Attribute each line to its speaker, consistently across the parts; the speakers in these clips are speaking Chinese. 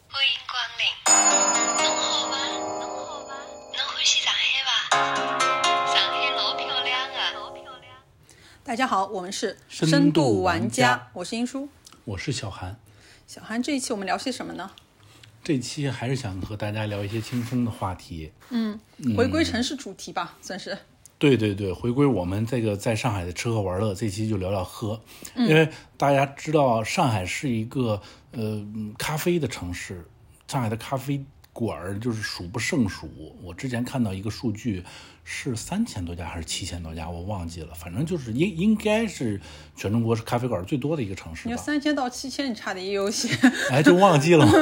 Speaker 1: 性。侬好伐？侬好伐？侬欢喜上海伐？上海老漂亮啊！老漂亮。
Speaker 2: 大家好，我们是
Speaker 3: 深度玩家
Speaker 2: 我是英叔。
Speaker 3: 我是小韩。
Speaker 2: 小韩，这一期我们聊些什么呢？
Speaker 3: 这期还是想和大家聊一些轻松的话题。
Speaker 2: 回归城市主题嗯吧，算是。
Speaker 3: 对对对，回归我们这个在上海的吃喝玩乐，这期就聊聊喝，因为大家知道上海是一个呃嗯咖啡的城市，上海的咖啡馆儿就是数不胜数。我之前看到一个数据是三千多家还是七千多家，我忘记了，反正就是应应该是全中国是咖啡馆最多的一个城市
Speaker 2: 你
Speaker 3: 吧
Speaker 2: 要。三千到七千，你差的也有 些。
Speaker 3: 哎，就忘记了吗。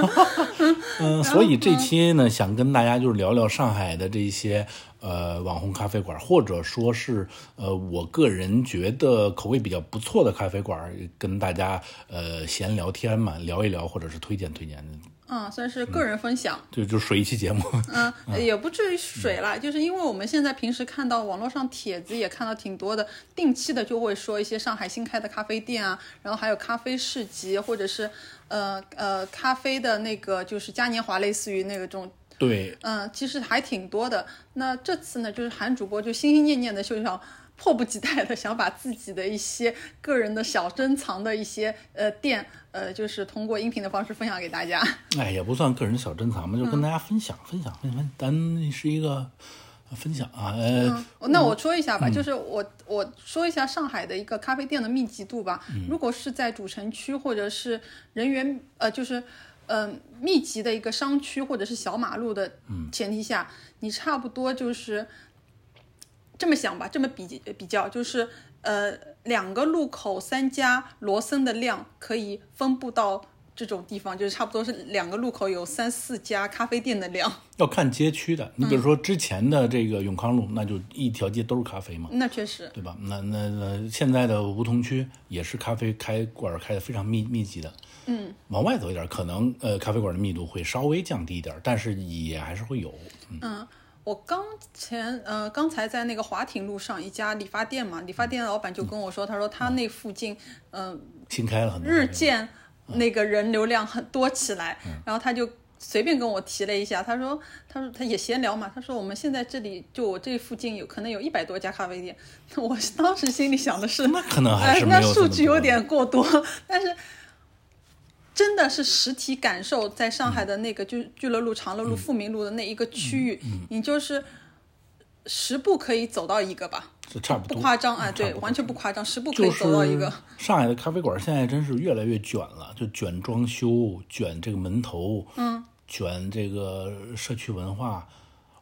Speaker 3: 嗯，所以这期呢，想跟大家就是聊聊上海的这些呃网红咖啡馆，或者说是呃我个人觉得口味比较不错的咖啡馆，跟大家呃闲聊天嘛，聊一聊，或者是推荐推荐，
Speaker 2: 嗯，算是个人分享，
Speaker 3: 就就水一期节目。
Speaker 2: 嗯，也不至于水啦，就是因为我们现在平时看到网络上帖子也看到挺多的，定期的就会说一些上海新开的咖啡店啊，然后还有咖啡市集，或者是呃呃咖啡的那个就是嘉年华，类似于那个种
Speaker 3: 对，
Speaker 2: 嗯，其实还挺多的。那这次呢，就是韩主播就心心念念的，就想迫不及待的想把自己的一些个人的小珍藏的一些呃店，呃，就是通过音频的方式分享给大家。
Speaker 3: 哎，也不算个人小珍藏吧，就跟大家分享、分享分享，咱是一个分享啊，呃，
Speaker 2: 哦那我说一下吧，就是我我说一下上海的一个咖啡店的密集度吧。如果是在主城区或者是人员呃，就是呃密集的一个商区或者是小马路的前提下，你差不多就是这么想吧，这么比比较就是呃两个路口三家罗森的量可以分布到。这种地方就是差不多是两个路口有三四家咖啡店的量，
Speaker 3: 要看街区的。你比如说之前的这个永康路，那就一条街都是咖啡嘛。
Speaker 2: 那确实，
Speaker 3: 对吧？那那那现在的梧桐区也是咖啡开馆儿开的非常密密集的。嗯，往外走一点儿，可能呃咖啡馆的密度会稍微降低一点儿，但是也还是会有。嗯
Speaker 2: 我刚前呃刚才在那个华亭路上一家理发店嘛，理发店老板就跟我说，他说他那附近嗯、呃
Speaker 3: 新开了很多咖啡
Speaker 2: 日
Speaker 3: 馆
Speaker 2: 渐那个人流量很多起来，然后他就随便跟我提了一下，他说他说他也闲聊嘛，他说我们现在这里就我这附近有可能有一百多家咖啡店， 我当时心里想的是
Speaker 3: 那可能还
Speaker 2: 哎
Speaker 3: 是，没
Speaker 2: 那
Speaker 3: 有这
Speaker 2: 数
Speaker 3: 么
Speaker 2: 据
Speaker 3: 多
Speaker 2: 有点过多， 但是真的是实体感受，在上海的那个就聚乐路、长乐路、富民路的那一个区
Speaker 3: 嗯
Speaker 2: 域，你就是十步可以走到一个吧，
Speaker 3: 这差不
Speaker 2: 不
Speaker 3: 多，
Speaker 2: 夸张啊，
Speaker 3: 嗯
Speaker 2: 对，
Speaker 3: 差不多
Speaker 2: 完全不夸张，十步可
Speaker 3: 就
Speaker 2: 以
Speaker 3: 是
Speaker 2: 走到一个。
Speaker 3: 上海的咖啡馆现在真是越来越卷了，就卷装修，卷这个门头，嗯，卷这个社区文化。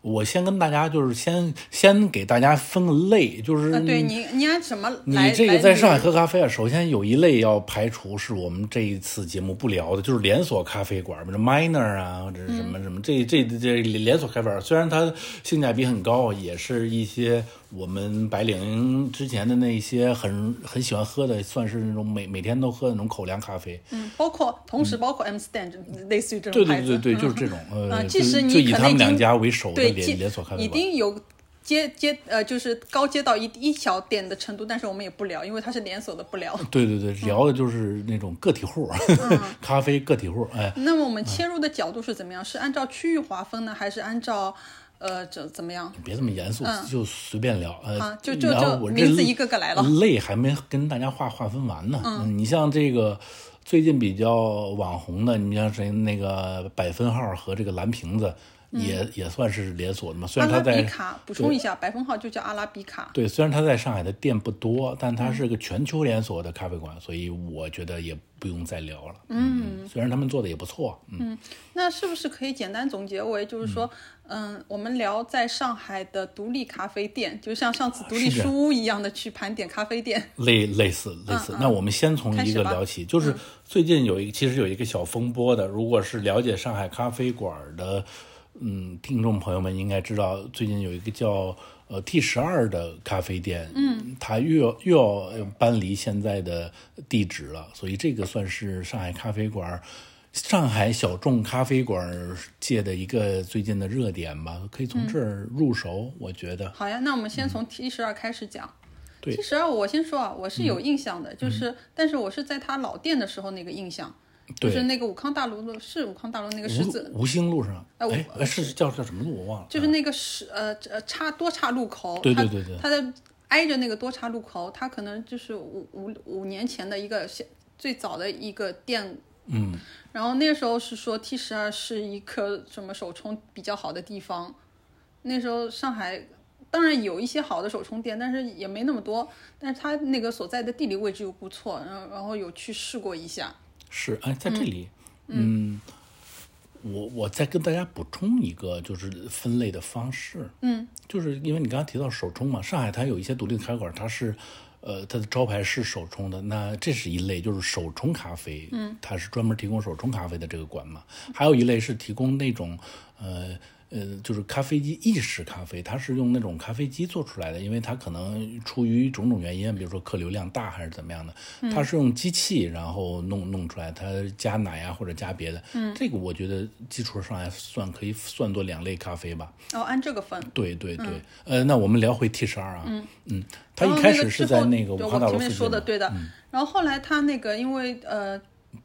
Speaker 3: 我先跟大家就是先先给大家分个类，就是、
Speaker 2: 啊，对你，你按什么来？
Speaker 3: 你这个
Speaker 2: 来
Speaker 3: 在上海
Speaker 2: 捋
Speaker 3: 喝咖啡啊，首先有一类要排除，是我们这一次节目不聊的，就是连锁咖啡馆，比如 Miner 啊，或者是什么
Speaker 2: 嗯
Speaker 3: 什么，这这这连锁咖啡馆，虽然它性价比很高，也是一些我们白领之前的那些很很喜欢喝的，算是那种每每天都喝的那种口粮咖啡。
Speaker 2: 嗯，包括同时包括 M Stand，、类似于这
Speaker 3: 对
Speaker 2: 种牌
Speaker 3: 对
Speaker 2: 子。
Speaker 3: 对对，就是这种，呃，
Speaker 2: 啊，
Speaker 3: 就
Speaker 2: 即使
Speaker 3: 就
Speaker 2: 你
Speaker 3: 以
Speaker 2: 可
Speaker 3: 他
Speaker 2: 能已
Speaker 3: 们
Speaker 2: 经
Speaker 3: 两家为首的
Speaker 2: 对
Speaker 3: 连
Speaker 2: 即
Speaker 3: 连锁咖啡
Speaker 2: 已
Speaker 3: 馆。
Speaker 2: 经有接接呃，就是高接到一一小点的程度，但是我们也不聊，因为它是连锁的，不聊。
Speaker 3: 对对
Speaker 2: 嗯
Speaker 3: 对，聊的就是那种个体户， 咖啡个体户，哎，
Speaker 2: 那么我们切入的角度是怎么样？是按照区域划分呢，还是按照呃怎怎么样？
Speaker 3: 别这么严肃，就随便聊。呃，
Speaker 2: 嗯啊就就
Speaker 3: 然后
Speaker 2: 就
Speaker 3: 我
Speaker 2: 名
Speaker 3: 这
Speaker 2: 字一个个来了
Speaker 3: 类还没跟大家划划分完呢。嗯，你像这个最近比较网红的，你像谁那个百分号和这个蓝瓶子，也也算是连锁的嘛。虽
Speaker 2: 阿
Speaker 3: 然它
Speaker 2: 拉嗯啊比
Speaker 3: 在
Speaker 2: 卡，补充一下，百分号就叫阿拉比卡。
Speaker 3: 对，虽然它在上海的店不多，但
Speaker 2: 嗯
Speaker 3: 它是个全球连锁的咖啡馆，所以我觉得也不用再聊了。嗯，虽然他们做的也不错，嗯，
Speaker 2: 那是不是可以简单总结为，就是说，嗯我们聊在上海的独立咖啡店，就像上次独立
Speaker 3: 是这样
Speaker 2: 书屋一样的去盘点咖啡店。
Speaker 3: 类类似类似。那我们先从
Speaker 2: 嗯开
Speaker 3: 一
Speaker 2: 始
Speaker 3: 个
Speaker 2: 吧嗯
Speaker 3: 聊起，就是最近有一其实有一个小风波的，如果是了解上海咖啡馆的，嗯，听众朋友们应该知道，最近有一个叫呃 T 十二的咖啡店，嗯，它又要又要搬离现在的地址了，所以这个算是上海咖啡馆。上海小众咖啡馆界的一个最近的热点吧，可以
Speaker 2: 嗯
Speaker 3: 从这儿入手，我觉得。
Speaker 2: 好呀，那我们先从 T 十二开始讲。
Speaker 3: 对嗯
Speaker 2: T 十二我先说啊，我是有印象的，就是但是我是在他老店的时候那个印象，就
Speaker 3: 对
Speaker 2: 是那个武康大楼的，是武康大楼那个十字，
Speaker 3: 吴吴兴路上，
Speaker 2: 哎我
Speaker 3: 哎，哎是叫叫什么路我忘了，
Speaker 2: 就是那个是呃呃岔多岔路口，
Speaker 3: 对
Speaker 2: 它
Speaker 3: 对对对
Speaker 2: 它的挨着那个多岔路口，它可能就是五五五年前的一个现最早的一个店。
Speaker 3: 嗯，
Speaker 2: 然后那时候是说 T 十二是一颗什么手冲比较好的地方，那时候上海当然有一些好的手冲店，但是也没那么多。但是它那个所在的地理位置又不错，然后然后有去试过一下。
Speaker 3: 是，哎，在这里，嗯，
Speaker 2: 嗯
Speaker 3: 我我再跟大家补充一个，就是分类的方式，嗯，就是因为你刚刚提到手冲嘛，上海它有一些独立的咖啡馆，它是，呃，它的招牌是手冲的，那这是一类，就是手冲咖啡，嗯，它是专门提供手冲咖啡的这个馆嘛，还有一类是提供那种，呃。呃，就是咖啡机意式咖啡，它是用那种咖啡机做出来的，因为它可能出于种种原因，比如说客流量大还是怎么样的，
Speaker 2: 嗯
Speaker 3: 它是用机器然后弄弄出来，它加奶呀、或者加别的，嗯，这个我觉得基础上来算可以算作两类咖啡吧。
Speaker 2: 然后按这个分，
Speaker 3: 对对对，
Speaker 2: 嗯
Speaker 3: 呃，那我们聊回 T 十二啊，嗯嗯，它
Speaker 2: 然后
Speaker 3: 一
Speaker 2: 那
Speaker 3: 开
Speaker 2: 个
Speaker 3: 始是
Speaker 2: 之
Speaker 3: 在
Speaker 2: 后，
Speaker 3: 那个
Speaker 2: 对
Speaker 3: 武
Speaker 2: 我
Speaker 3: 康大楼
Speaker 2: 前
Speaker 3: 附
Speaker 2: 面
Speaker 3: 近
Speaker 2: 说的
Speaker 3: 嘛，嗯
Speaker 2: 对的。然后后来他那个因为呃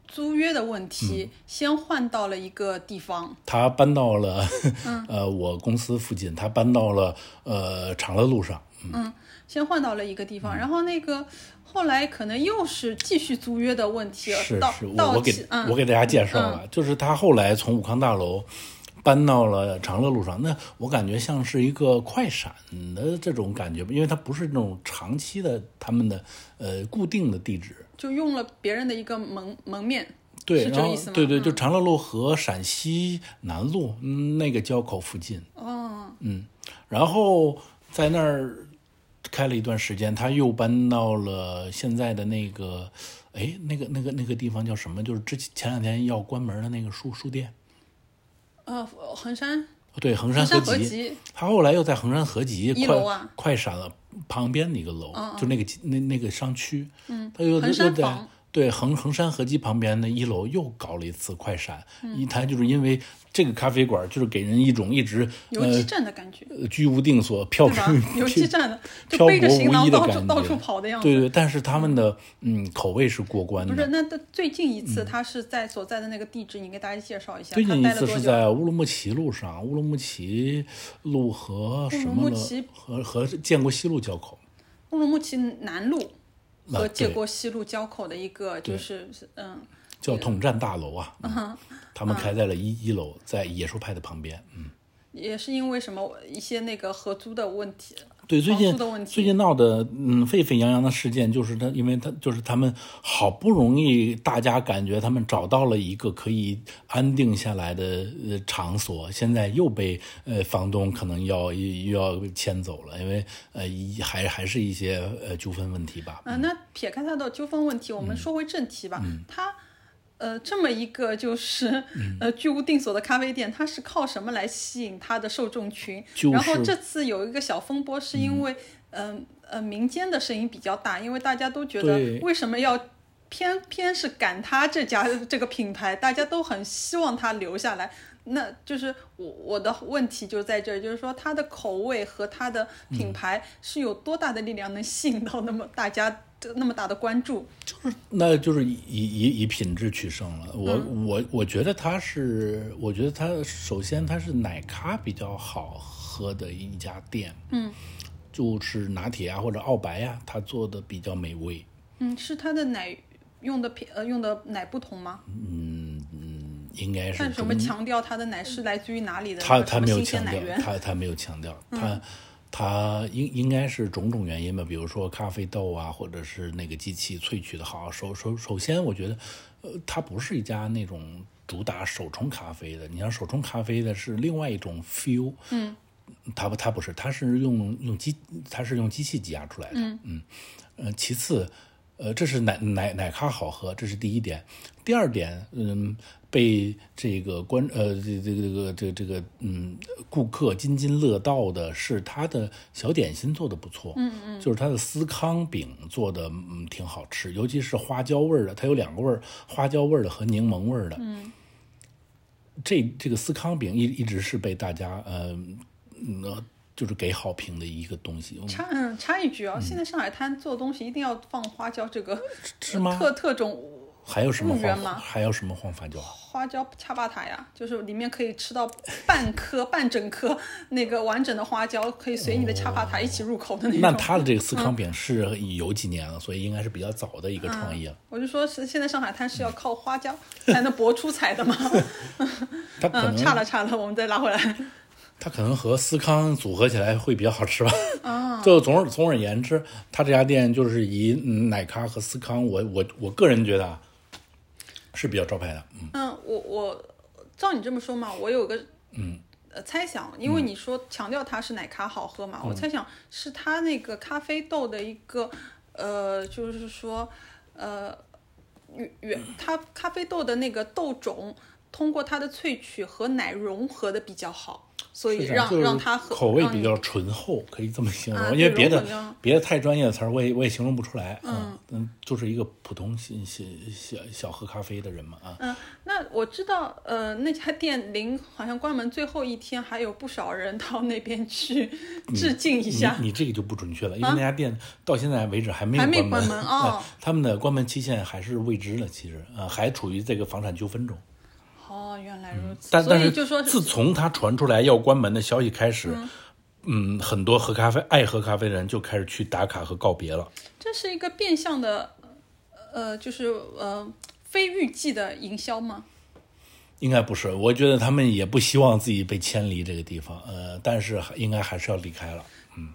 Speaker 2: 租约的问
Speaker 3: 嗯
Speaker 2: 题，先换到了一个地方，
Speaker 3: 他搬到了
Speaker 2: 嗯
Speaker 3: 呃我公司附近，他搬到了呃长乐路上，
Speaker 2: 先换到了一个地
Speaker 3: 嗯
Speaker 2: 方。然后那个后来可能又是继续租约的问题，
Speaker 3: 是
Speaker 2: 到
Speaker 3: 是，我
Speaker 2: 到
Speaker 3: 我给
Speaker 2: 期嗯
Speaker 3: 我给大家介绍了，就是他后来从武康大楼搬到了长乐路上，那我感觉像是一个快闪的这种感觉吧，因为它不是那种长期的他们的呃固定的地址，
Speaker 2: 就用了别人的一个门门面，
Speaker 3: 对，
Speaker 2: 是这
Speaker 3: 然
Speaker 2: 个
Speaker 3: 后
Speaker 2: 意思吗？嗯
Speaker 3: 对对，就长乐路和陕西南路、嗯、那个交口附近，嗯
Speaker 2: 哦，
Speaker 3: 然后在那儿开了一段时间，他又搬到了现在的那个，哎，那个那个那个地方叫什么？就是之前前两天要关门的那个书书店。
Speaker 2: 呃，衡山
Speaker 3: 对，衡
Speaker 2: 衡
Speaker 3: 山
Speaker 2: 山
Speaker 3: 合
Speaker 2: 合
Speaker 3: 集，
Speaker 2: 集
Speaker 3: 他后来又在衡山合集
Speaker 2: 一
Speaker 3: 快
Speaker 2: 楼啊嗯
Speaker 3: 快闪了旁边的一个楼，就那个那那个商区，嗯，他又
Speaker 2: 衡
Speaker 3: 又
Speaker 2: 山
Speaker 3: 在
Speaker 2: 坊
Speaker 3: 对衡衡山合集旁边的一楼又搞了一次快闪，
Speaker 2: 嗯
Speaker 3: 一他就是因为这个咖啡馆就是给人一种一直
Speaker 2: 游击
Speaker 3: 呃
Speaker 2: 战的 感觉，
Speaker 3: 呃居无定所、漂
Speaker 2: 对吧？游击战的就
Speaker 3: 漂
Speaker 2: 背着
Speaker 3: 泊
Speaker 2: 行
Speaker 3: 无
Speaker 2: 囊
Speaker 3: 依的
Speaker 2: 到处
Speaker 3: 感
Speaker 2: 到
Speaker 3: 觉
Speaker 2: 处跑的样子
Speaker 3: 对。对，但是他们的嗯口味是过关
Speaker 2: 不
Speaker 3: 的，
Speaker 2: 是，那他最近一次他是在所在的那个地址，你给大家介绍一下。
Speaker 3: 嗯最
Speaker 2: 他
Speaker 3: 近一
Speaker 2: 待了
Speaker 3: 次
Speaker 2: 多
Speaker 3: 是
Speaker 2: 久？
Speaker 3: 在乌鲁木齐路上，乌鲁木齐路和什么
Speaker 2: 乌鲁木
Speaker 3: 了
Speaker 2: 齐？
Speaker 3: 和和建国西路交口。
Speaker 2: 乌鲁木齐南路
Speaker 3: 啊
Speaker 2: 和
Speaker 3: 对
Speaker 2: 界国西路交口的一个，就是嗯，
Speaker 3: 叫统战大楼 啊，嗯他们开在了一一楼，在野兽派的旁边。嗯，
Speaker 2: 也是因为什么一些那个合租的问题，
Speaker 3: 对，最近
Speaker 2: 房租的问题
Speaker 3: 最近闹的嗯沸沸扬扬的事件，就是他，因为他就是他们好不容易，大家感觉他们找到了一个可以安定下来的呃场所，现在又被呃房东可能要又要迁走了，因为呃一还还是一些呃纠纷问题吧。
Speaker 2: 啊，那撇开他的纠纷问题，
Speaker 3: 嗯
Speaker 2: 我们说回正题吧。他，呃，这么一个就是
Speaker 3: 嗯
Speaker 2: 呃居无定所的咖啡店，它是靠什么来吸引它的受众群？
Speaker 3: 就是
Speaker 2: 然后这次有一个小风波，是因为嗯呃民间的声音比较大，因为大家都觉得
Speaker 3: 对
Speaker 2: 为什么要。偏偏是赶他这家这个品牌，大家都很希望他留下来。那就是我我的问题就在这儿，就是说它的口味和它的
Speaker 3: 嗯
Speaker 2: 品牌是有多大的力量能吸引到那么大家的那么大的关注？
Speaker 3: 那就是以以以品质取胜了。我、
Speaker 2: 嗯
Speaker 3: 我我觉得它是，我觉得它首先它是奶咖比较好喝的一家店，嗯，就是拿铁啊或者澳白啊，它做的比较美味。
Speaker 2: 嗯，是它的奶用的品呃用的奶不同吗？
Speaker 3: 嗯，应该是
Speaker 2: 看什
Speaker 3: 中
Speaker 2: 么强调它的奶是来自于哪里的？
Speaker 3: 他
Speaker 2: 有什
Speaker 3: 他
Speaker 2: 么
Speaker 3: 没有
Speaker 2: 新鲜
Speaker 3: 强
Speaker 2: 奶
Speaker 3: 调，
Speaker 2: 源。嗯
Speaker 3: 他他没有强调，他他应应该是种种原因吧，比如说咖啡豆啊，或者是那个机器萃取的好。首首首先，我觉得，呃，它不是一家那种主打手冲咖啡的。你像手冲咖啡的是另外一种 feel，嗯，它不它不是，它是用用机它是用机器挤压出来的，嗯呃，其次，呃，这是奶奶奶咖好喝，这是第一点。第二点，嗯，被这个观呃这这个这个这个这个嗯顾客津津乐道的是它的小点心做的不错，嗯嗯，就是它的司康饼做的嗯挺好吃，尤其是花椒味儿的，它有两个味儿，花椒味儿的和柠檬味儿的，嗯，这这个司康饼一一直是被大家呃嗯呃就是给好评的一个东西，
Speaker 2: 插嗯插一句啊，现在上海滩做东西一定要放花椒这个
Speaker 3: 是吗？
Speaker 2: 特特种
Speaker 3: 还有什么
Speaker 2: 入园
Speaker 3: 黄
Speaker 2: 吗
Speaker 3: 还有什么黄发胶啊？
Speaker 2: 花椒恰巴塔呀，啊就是里面可以吃到半颗、 半整颗那个完整的花椒，可以随你的恰巴塔一起入口的那
Speaker 3: 哦那
Speaker 2: 种。
Speaker 3: 他的这个司康饼是有几年了，所以应该是比较早的一个创意了。
Speaker 2: 我就说是现在上海滩是要靠花椒才能博出彩的 嘛。
Speaker 3: 他可
Speaker 2: 嗯，
Speaker 3: 能
Speaker 2: 差了差了，我们再拉回来。
Speaker 3: 它可能和思康组合起来会比较 好吃吧。
Speaker 2: 嗯
Speaker 3: 就总而总而言之，它这家店就是以嗯奶咖和思康，我我我个人觉得啊，是比较招牌的。嗯
Speaker 2: 嗯，我我照你这么说嘛，我有个嗯呃猜想，因
Speaker 3: 嗯
Speaker 2: 为你说强调它是奶咖好喝嘛，我猜想是它那个咖啡豆的一个呃，就是说呃原原它咖啡豆的那个豆种通过它的萃取和奶融合的比较好，所以
Speaker 3: 是这样
Speaker 2: 让
Speaker 3: 嗯就是
Speaker 2: 让它和
Speaker 3: 口味
Speaker 2: 让
Speaker 3: 比
Speaker 2: 你
Speaker 3: 较醇厚，可以这么形容，
Speaker 2: 啊
Speaker 3: 因为
Speaker 2: 对
Speaker 3: 别的
Speaker 2: 如果要
Speaker 3: 别的太专业的词儿，我也我也形容不出来。嗯嗯，就是一个普通小小小小喝咖啡的人嘛啊，
Speaker 2: 嗯，那我知道，呃，那家店临好像关门最后一天，还有不少人到那边去
Speaker 3: 嗯
Speaker 2: 致敬一
Speaker 3: 你
Speaker 2: 下。
Speaker 3: 你这个就不准确了，因为那家店到现在为止还没有
Speaker 2: 啊还没
Speaker 3: 关
Speaker 2: 关 门哦
Speaker 3: 对他们的关门期限还是未知的，其实啊还处于这个房产纠纷中。
Speaker 2: 哦，原来如此。
Speaker 3: 但
Speaker 2: 所
Speaker 3: 但是
Speaker 2: 以就说
Speaker 3: 自从他传出来要关门的消息开始，嗯很多喝咖啡爱喝咖啡的人就开始去打卡和告别了。
Speaker 2: 这是一个变相的，呃，就是呃非预计的营销吗？
Speaker 3: 应该不是，我觉得他们也不希望自己被迁离这个地方，呃，但是还应该还是要离开了。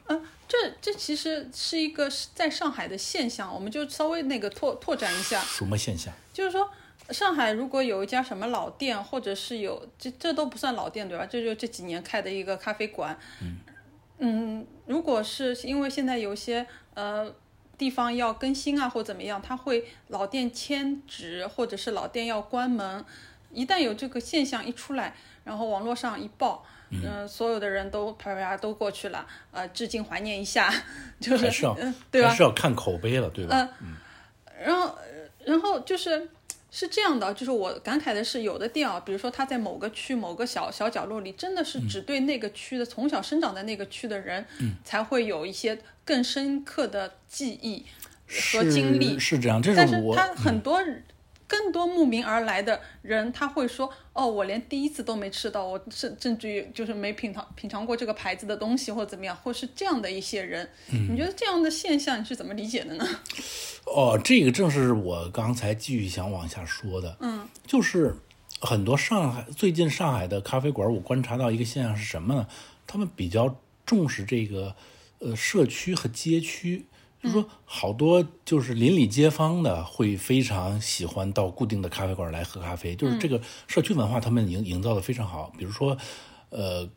Speaker 2: 呃，这这其实是一个在上海的现象，我们就稍微那个拓拓展一下。
Speaker 3: 什么现象？
Speaker 2: 就是说，上海如果有一家什么老店，或者是有这这都不算老店对吧？这就这几年开的一个咖啡馆，嗯如果是因为现在有些呃地方要更新啊或怎么样，它会老店迁址，或者是老店要关门，一旦有这个现象一出来，然后网络上一爆。嗯、所有的人都啪啪啪都过去了，呃，致敬怀念一下， 就是
Speaker 3: 还是要、
Speaker 2: 嗯对吧？嗯
Speaker 3: 还是要看口碑了，对吧？
Speaker 2: 然后，然后就是是这样的，就是我感慨的是，有的店啊，比如说他在某个区、某个小小角落里，真的是
Speaker 3: 嗯
Speaker 2: 只对那个区的、从小生长在那个区的人，才会有一些更深刻的记忆和
Speaker 3: 是
Speaker 2: 经历。
Speaker 3: 是这样，这
Speaker 2: 但
Speaker 3: 是
Speaker 2: 是
Speaker 3: 我嗯
Speaker 2: 他很多、更多慕名而来的人，他会说：“哦，我连第一次都没吃到，我甚甚至于就是没品尝品尝过这个牌子的东西，或者怎么样，或是这样的一些人。
Speaker 3: 嗯
Speaker 2: 你觉得这样的现象你是怎么理解的呢？
Speaker 3: 哦，这个正是我刚才继续想往下说的。嗯，就是很多上海最近上海的咖啡馆，我观察到一个现象是什么呢？他们比较重视这个呃社区和街区，就是说好多就是邻里街坊的会非常喜欢到固定的咖啡馆来喝咖啡，就是这个社区文化他们营营造的非常好。比如说，呃，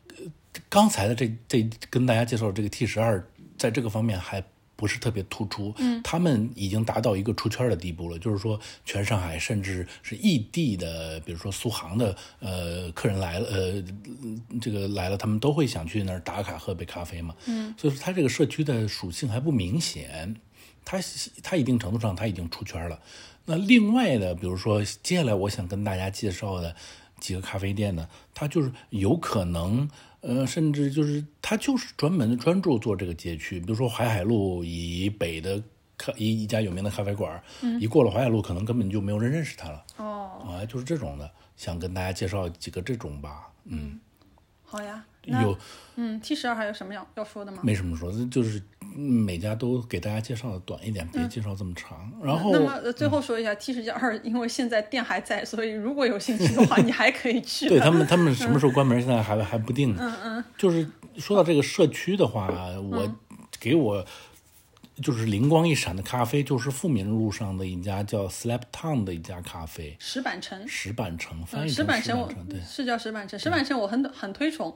Speaker 3: 刚才的这这跟大家介绍的这个 T 十二，在这个方面还不是特别突出。嗯，他们已经达到一个出圈的地步了，就是说全上海甚至是异地的，比如说苏杭的呃客人来了，呃这个来了，他们都会想去那儿打卡喝杯咖啡嘛。嗯，所以说它这个社区的属性还不明显。它它一定程度上它已经出圈了。那另外的，比如说接下来我想跟大家介绍的几个咖啡店呢，它就是有可能，呃，甚至就是它就是专门的专注做这个街区，比如说淮海路以北的咖一一家有名的咖啡馆，一过了淮海路，可能根本就没有人认识它了。
Speaker 2: 嗯哦，
Speaker 3: 啊，就是这种的，想跟大家介绍几个这种吧。嗯，
Speaker 2: 好呀，那
Speaker 3: 有
Speaker 2: 嗯，T 十二还有什么要要说的吗？
Speaker 3: 没什么说，就是嗯每家都给大家介绍的短一点，别介绍这么长。然后
Speaker 2: 那么呃最后说一下，T 十二，因为现在店还在，所以如果有兴趣的 话，你还可以去。
Speaker 3: 对他们，他们什么时候关门，现在还还不定呢。
Speaker 2: 嗯
Speaker 3: 就是说到这个社区的话，我给我就是灵光一闪的咖啡，就是富民路上的一家叫 Slap Town 的一家咖啡，
Speaker 2: 石板城，
Speaker 3: 石板城翻
Speaker 2: 嗯
Speaker 3: 译
Speaker 2: 石
Speaker 3: 成
Speaker 2: 板
Speaker 3: 石
Speaker 2: 城我
Speaker 3: 板城，对嗯
Speaker 2: 是叫石板城，石板城我很很推崇。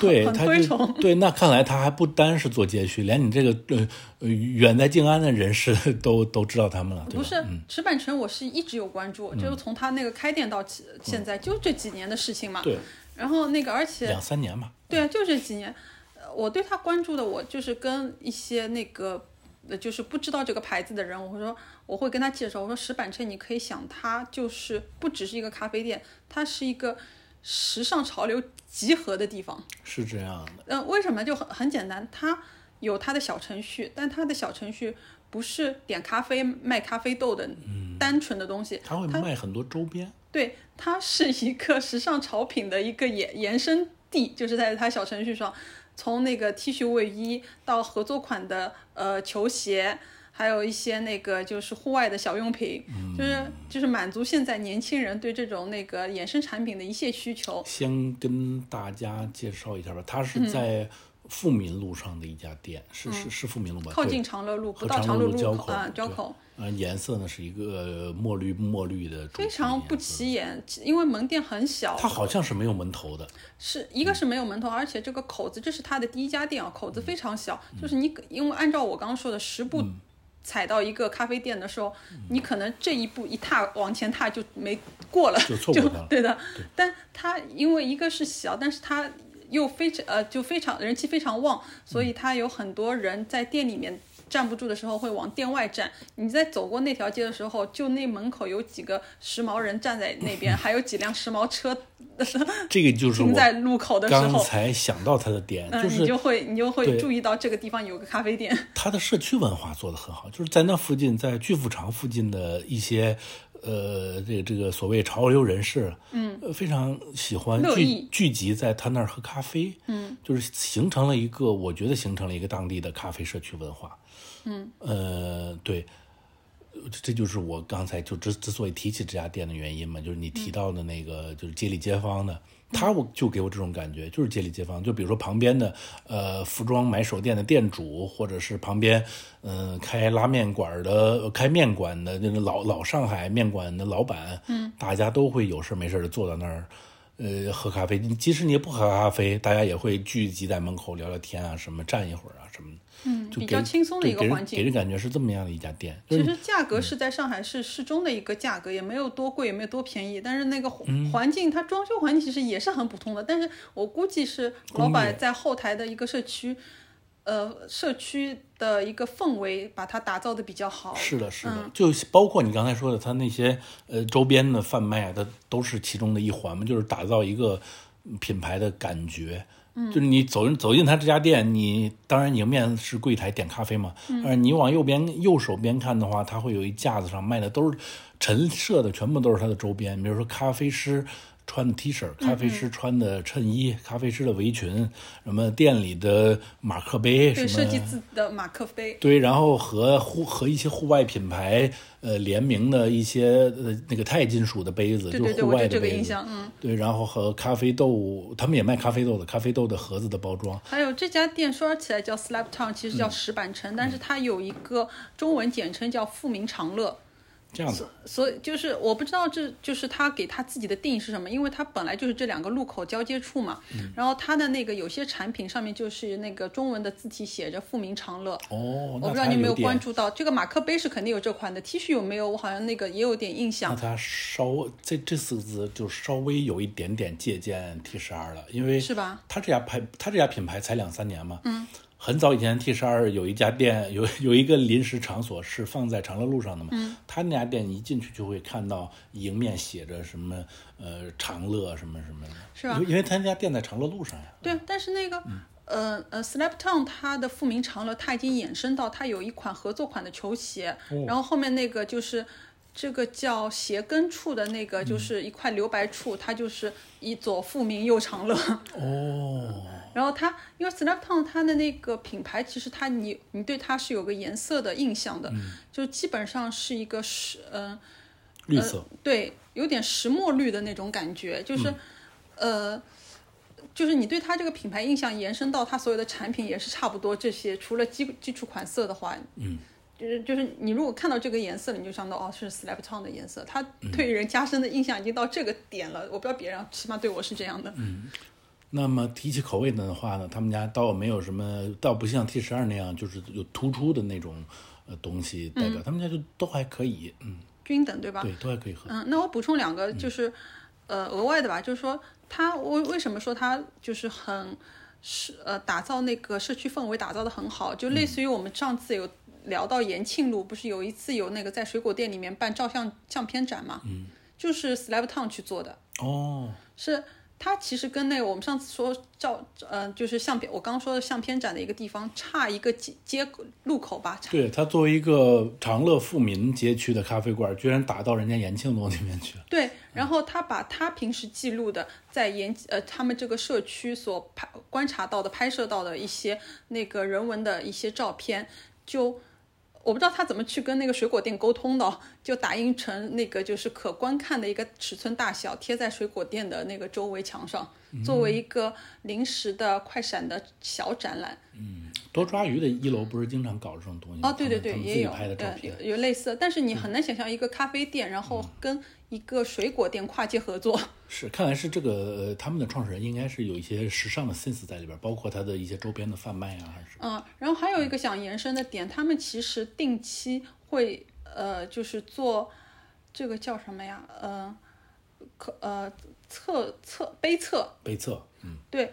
Speaker 3: 对，
Speaker 2: 很
Speaker 3: 他
Speaker 2: 推
Speaker 3: 就
Speaker 2: 崇
Speaker 3: 对，那看来他还不单是做街区，连你这个呃呃远在静安的人士都都知道他们了，对
Speaker 2: 不
Speaker 3: 吧？嗯
Speaker 2: 是石板城，我是一直有关注，就是从他那个开店到起现在，就这几年的事情嘛。
Speaker 3: 嗯对，
Speaker 2: 然后那个，而且
Speaker 3: 两三年吧。
Speaker 2: 对啊，就这几年，呃我对他关注的，我就是跟一些那个，呃就是不知道这个牌子的人，我会说，我会跟他介绍，我说石板城，你可以想它就是不只是一个咖啡店，它是一个时尚潮流集合的地方。
Speaker 3: 是这样的，
Speaker 2: 呃，为什么就很很简单，它有它的小程序，但它的小程序不是点咖啡卖咖啡豆的单纯的东西，
Speaker 3: 他会卖很多周边。
Speaker 2: 对，它是一个时尚潮品的一个延延伸地，就是在它小程序上，从那个 T 恤卫衣到合作款的呃球鞋，还有一些那个就是户外的小用品，
Speaker 3: 嗯
Speaker 2: 就是就是满足现在年轻人对这种那个衍生产品的一切需求。
Speaker 3: 先跟大家介绍一下吧，它是
Speaker 2: 嗯
Speaker 3: 在富民路上的一家店，是是是富民路吧？
Speaker 2: 靠
Speaker 3: 对
Speaker 2: 近长乐路，不
Speaker 3: 和
Speaker 2: 到
Speaker 3: 长
Speaker 2: 长
Speaker 3: 乐
Speaker 2: 路
Speaker 3: 交
Speaker 2: 口啊，交
Speaker 3: 对
Speaker 2: 口。
Speaker 3: 呃，颜色呢是一个呃墨绿墨绿的，
Speaker 2: 非常
Speaker 3: 嗯
Speaker 2: 不。起眼，因为门店很小，
Speaker 3: 它好像是没有门头的，
Speaker 2: 是一
Speaker 3: 嗯
Speaker 2: 个是没有门头，而且这个口子，这是它的第一家店啊，口子非常小，
Speaker 3: 嗯
Speaker 2: 就是你可因为按照我刚刚说的十步踩到一个咖啡店的时候，
Speaker 3: 嗯
Speaker 2: 你可能这一步一踏往前踏就没过了，就
Speaker 3: 就错过它了
Speaker 2: 对的，但它因为一个是小，但是它。又非常呃，就非常人气非常旺，所
Speaker 3: 嗯
Speaker 2: 以它有很多人在店里面站不住的时候会往店外站。你在走过那条街的时候，就那门口有几个时髦人站在那 边，还有几辆时髦车
Speaker 3: 这个就是
Speaker 2: 停
Speaker 3: 我
Speaker 2: 在路口的时
Speaker 3: 刚
Speaker 2: 候，
Speaker 3: 才想到它的点，
Speaker 2: 嗯，
Speaker 3: 就
Speaker 2: 你
Speaker 3: 是
Speaker 2: 就会你就会
Speaker 3: 对
Speaker 2: 注意到这个地方有个咖啡店，
Speaker 3: 它的社区文化做得很好，就是在那附近，在巨富场附近的一些，呃，这个这个所谓潮流人士，嗯，非常喜欢
Speaker 2: 乐
Speaker 3: 聚
Speaker 2: 意
Speaker 3: 聚集在他那儿喝咖啡，嗯，就是形成了一个，我觉得形成了一个当地的咖啡社区文化，嗯，呃，对。这这就是我刚才就之之所以提起这家店的原因嘛，就是你
Speaker 2: 嗯
Speaker 3: 提到的那个，就是街里街坊的，他我就给我这种感觉，就是街里街坊，就比如说旁边的呃服装买手店的店主，或者是旁边嗯、呃开拉面馆的、呃开面馆的那种老老上海面馆的老板，嗯，大家都会有事没事的坐到那儿。呃，喝咖啡，你即使你也不喝咖啡，大家也会聚集在门口聊聊天啊，什么站一会儿啊，什么的，嗯，就
Speaker 2: 比
Speaker 3: 给
Speaker 2: 较轻松的
Speaker 3: 对
Speaker 2: 一个
Speaker 3: 给人
Speaker 2: 环境
Speaker 3: 给人嗯感觉是这么样的一家店，就是
Speaker 2: 其实价格是在上海市适中的一个价格，也没有多贵，也没有多便宜。但是那个环
Speaker 3: 嗯
Speaker 2: 环境，它装修环境其实也是很普通的。但是我估计是老
Speaker 3: 工业
Speaker 2: 板在后台的一个社区，呃，社区的一个氛围，把它打造的比较好。嗯
Speaker 3: 是的，是的，就包括你刚才说的，它那些呃周边的贩卖啊，它都是其中的一环嘛，就是打造一个品牌的感觉。嗯，就是你走进走进他这家店，你当然迎面是柜台点咖啡嘛，嗯，而你往右边右手边看的话，它会有一架子上卖的都是陈设的，全部都是它的周边，比如说咖啡师。穿的 T 恤，咖
Speaker 2: 嗯
Speaker 3: 啡师穿的衬衣，咖啡师的围裙，什么店里的马克杯，什
Speaker 2: 对，
Speaker 3: 么
Speaker 2: 设计自己的马克杯，
Speaker 3: 对，然后和户和一些户外品牌呃联名的一些呃那个钛金属的杯子，
Speaker 2: 对对
Speaker 3: 就
Speaker 2: 对，
Speaker 3: 户
Speaker 2: 我
Speaker 3: 外
Speaker 2: 对
Speaker 3: 的
Speaker 2: 这个
Speaker 3: 杯
Speaker 2: 印
Speaker 3: 子
Speaker 2: 象，，嗯。
Speaker 3: 对，然后和咖啡豆，他们也卖咖啡豆的，咖啡豆的盒子的包装，
Speaker 2: 还有这家店说起来叫 Slap Town，其实
Speaker 3: 嗯
Speaker 2: 叫石板城，但是它有一个中文简称叫富民长乐。
Speaker 3: 这样子，
Speaker 2: 所以就是我不知道这就是他给他自己的定义是什么，因为他本来就是这两个路口交接处嘛。
Speaker 3: 嗯
Speaker 2: 然后他的那个有些产品上面就是那个中文的字体写着“富民长乐”，
Speaker 3: 哦，
Speaker 2: 我
Speaker 3: 那
Speaker 2: 不知道
Speaker 3: 它
Speaker 2: 你有没有
Speaker 3: 点
Speaker 2: 关，注到这个马克杯是肯定有这款的，T 恤有没有？我好像那个也有点印
Speaker 3: 那
Speaker 2: 象。
Speaker 3: 它稍这这四个字就稍微有一点点借鉴 T 十二了，因为
Speaker 2: 是吧？
Speaker 3: 它这家牌，它这家品牌才两三年嘛，嗯。很早以前，T 十二有一家店，有有一个临时场所是放在长乐路上的嘛。嗯，他那家店一进去就会看到迎面写着什么呃长乐什么什么的，
Speaker 2: 是吧
Speaker 3: 因为因为他那家店在长乐路上呀。
Speaker 2: 对，但是那个。呃呃，Slap Town 它的复名长乐，它已经衍生到它有一款合作款的球鞋，然后后面那个就是这个叫鞋跟处的那个，就是一块留白处，它就是以左复名右长乐。
Speaker 3: 哦，
Speaker 2: 然后它因为 Slap Town 它的那个品牌，其实它你你对它是有个颜色的印象的，就基本上是一个是嗯、呃
Speaker 3: 绿色，
Speaker 2: 对，有点石墨绿的那种感觉，就是，呃，就是你对它这个品牌印象延伸到它所有的产品也是差不多这些，除了基基础款色的话，嗯，就是就是你如果看到这个颜色了，你就想到哦是 Slap Town 的颜色，它对人加深的印象已经到这个点了。我不知道别人啊，起码对我是这样的。
Speaker 3: 那么提起口味的话呢，他们家倒没有什么，倒不像 T 十二那样就是有突出的那种呃东西代
Speaker 2: 嗯
Speaker 3: 表，他们家就都还可以，嗯，
Speaker 2: 均等对吧？
Speaker 3: 对，都还可以喝。
Speaker 2: 嗯，那我补充两个，就是、呃额外的吧，就是说他为为什么说他就是很是呃打造那个社区氛围打造的很好，就类似于我们上次有聊到延庆路，不是有一次有那个在水果店里面办照相相片展嘛，嗯，就是 Slab Town 去做的，
Speaker 3: 哦，
Speaker 2: 是它其实跟那个我们上次说照，呃，就是相片，我刚刚说的相片展的一个地方差一个街街路口吧，差
Speaker 3: 对，它作为一个长乐富民街区的咖啡馆，居然打到人家延庆路那边去了。
Speaker 2: 对，然后他把他平时记录的在延呃他们这个社区所拍观察到的、拍摄到的一些那个人文的一些照片，就我不知道他怎么去跟那个水果店沟通的哦、就打印成那个就是可观看的一个尺寸大小，贴在水果店的那个周围墙上，
Speaker 3: 嗯
Speaker 2: 作为一个临时的快闪的小展览。
Speaker 3: 嗯多抓鱼的一楼不是经常搞这种东西吗
Speaker 2: 哦，对对对，
Speaker 3: 他们
Speaker 2: 也有
Speaker 3: 他们自己拍的照片嗯
Speaker 2: 呃，。有有类似的，但是你很难想象一个咖啡店，然后跟一个水果店跨界合作。
Speaker 3: 是，看来是这个、呃他们的创始人应该是有一些时尚的 sense 在里边，包括他的一些周边的贩卖啊，还是
Speaker 2: 嗯，然后还有一个想延伸的点，他们其实定期会呃，就是做这个叫什么呀？呃，可呃测测杯测，
Speaker 3: 杯测。嗯，
Speaker 2: 对，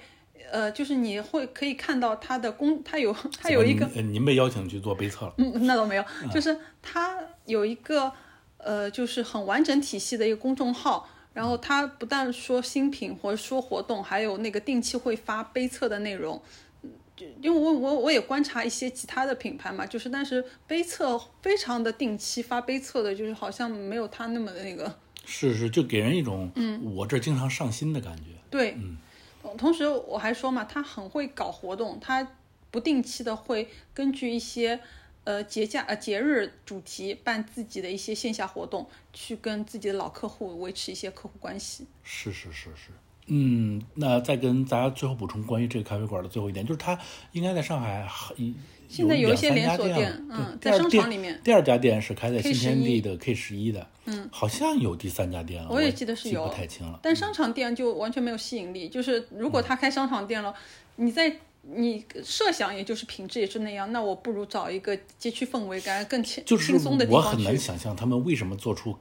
Speaker 2: 呃，就是你会可以看到它的工，它有它有一个
Speaker 3: 怎么您呃您被邀请去做杯测了。
Speaker 2: 嗯，那倒没有，就是它有一个呃，就是很完整体系的一个公众号。然后它不但说新品或者说活动，还有那个定期会发杯测的内容。嗯就因为我我我也观察一些其他的品牌嘛，就是但是杯测非常的定期发杯测的，就是好像没有它那么的那个。
Speaker 3: 是是，就给人一种嗯，我这经常上新的感觉。
Speaker 2: 对，
Speaker 3: 嗯
Speaker 2: 同同时我还说嘛，他很会搞活动，他不定期的会根据一些呃节假呃节日主题办自己的一些线下活动，去跟自己的老客户维持一些客户关系。
Speaker 3: 是是是是，嗯，那再跟大家最后补充关于这个咖啡馆的最后一点，就是它应该在上海一
Speaker 2: 现在有
Speaker 3: 有
Speaker 2: 一些
Speaker 3: 两
Speaker 2: 连
Speaker 3: 三家
Speaker 2: 锁
Speaker 3: 店
Speaker 2: 店
Speaker 3: 了
Speaker 2: 嗯
Speaker 3: 对
Speaker 2: 在
Speaker 3: 第二
Speaker 2: 商
Speaker 3: 店
Speaker 2: 场里面
Speaker 3: 第二家店是开在
Speaker 2: K11
Speaker 3: 新天地的 K 十一的，嗯，好像有第三家店了，
Speaker 2: 我也记得是有
Speaker 3: 不太清了。
Speaker 2: 但商场店就完全没有吸引力，就是如
Speaker 3: 嗯
Speaker 2: 果他开商场店了，你在。你设想也就是品质也是那样，那我不如找一个街区氛围感更轻
Speaker 3: 就是
Speaker 2: 轻松的地
Speaker 3: 我
Speaker 2: 方
Speaker 3: 很
Speaker 2: 去。
Speaker 3: 难想象他们为什么做出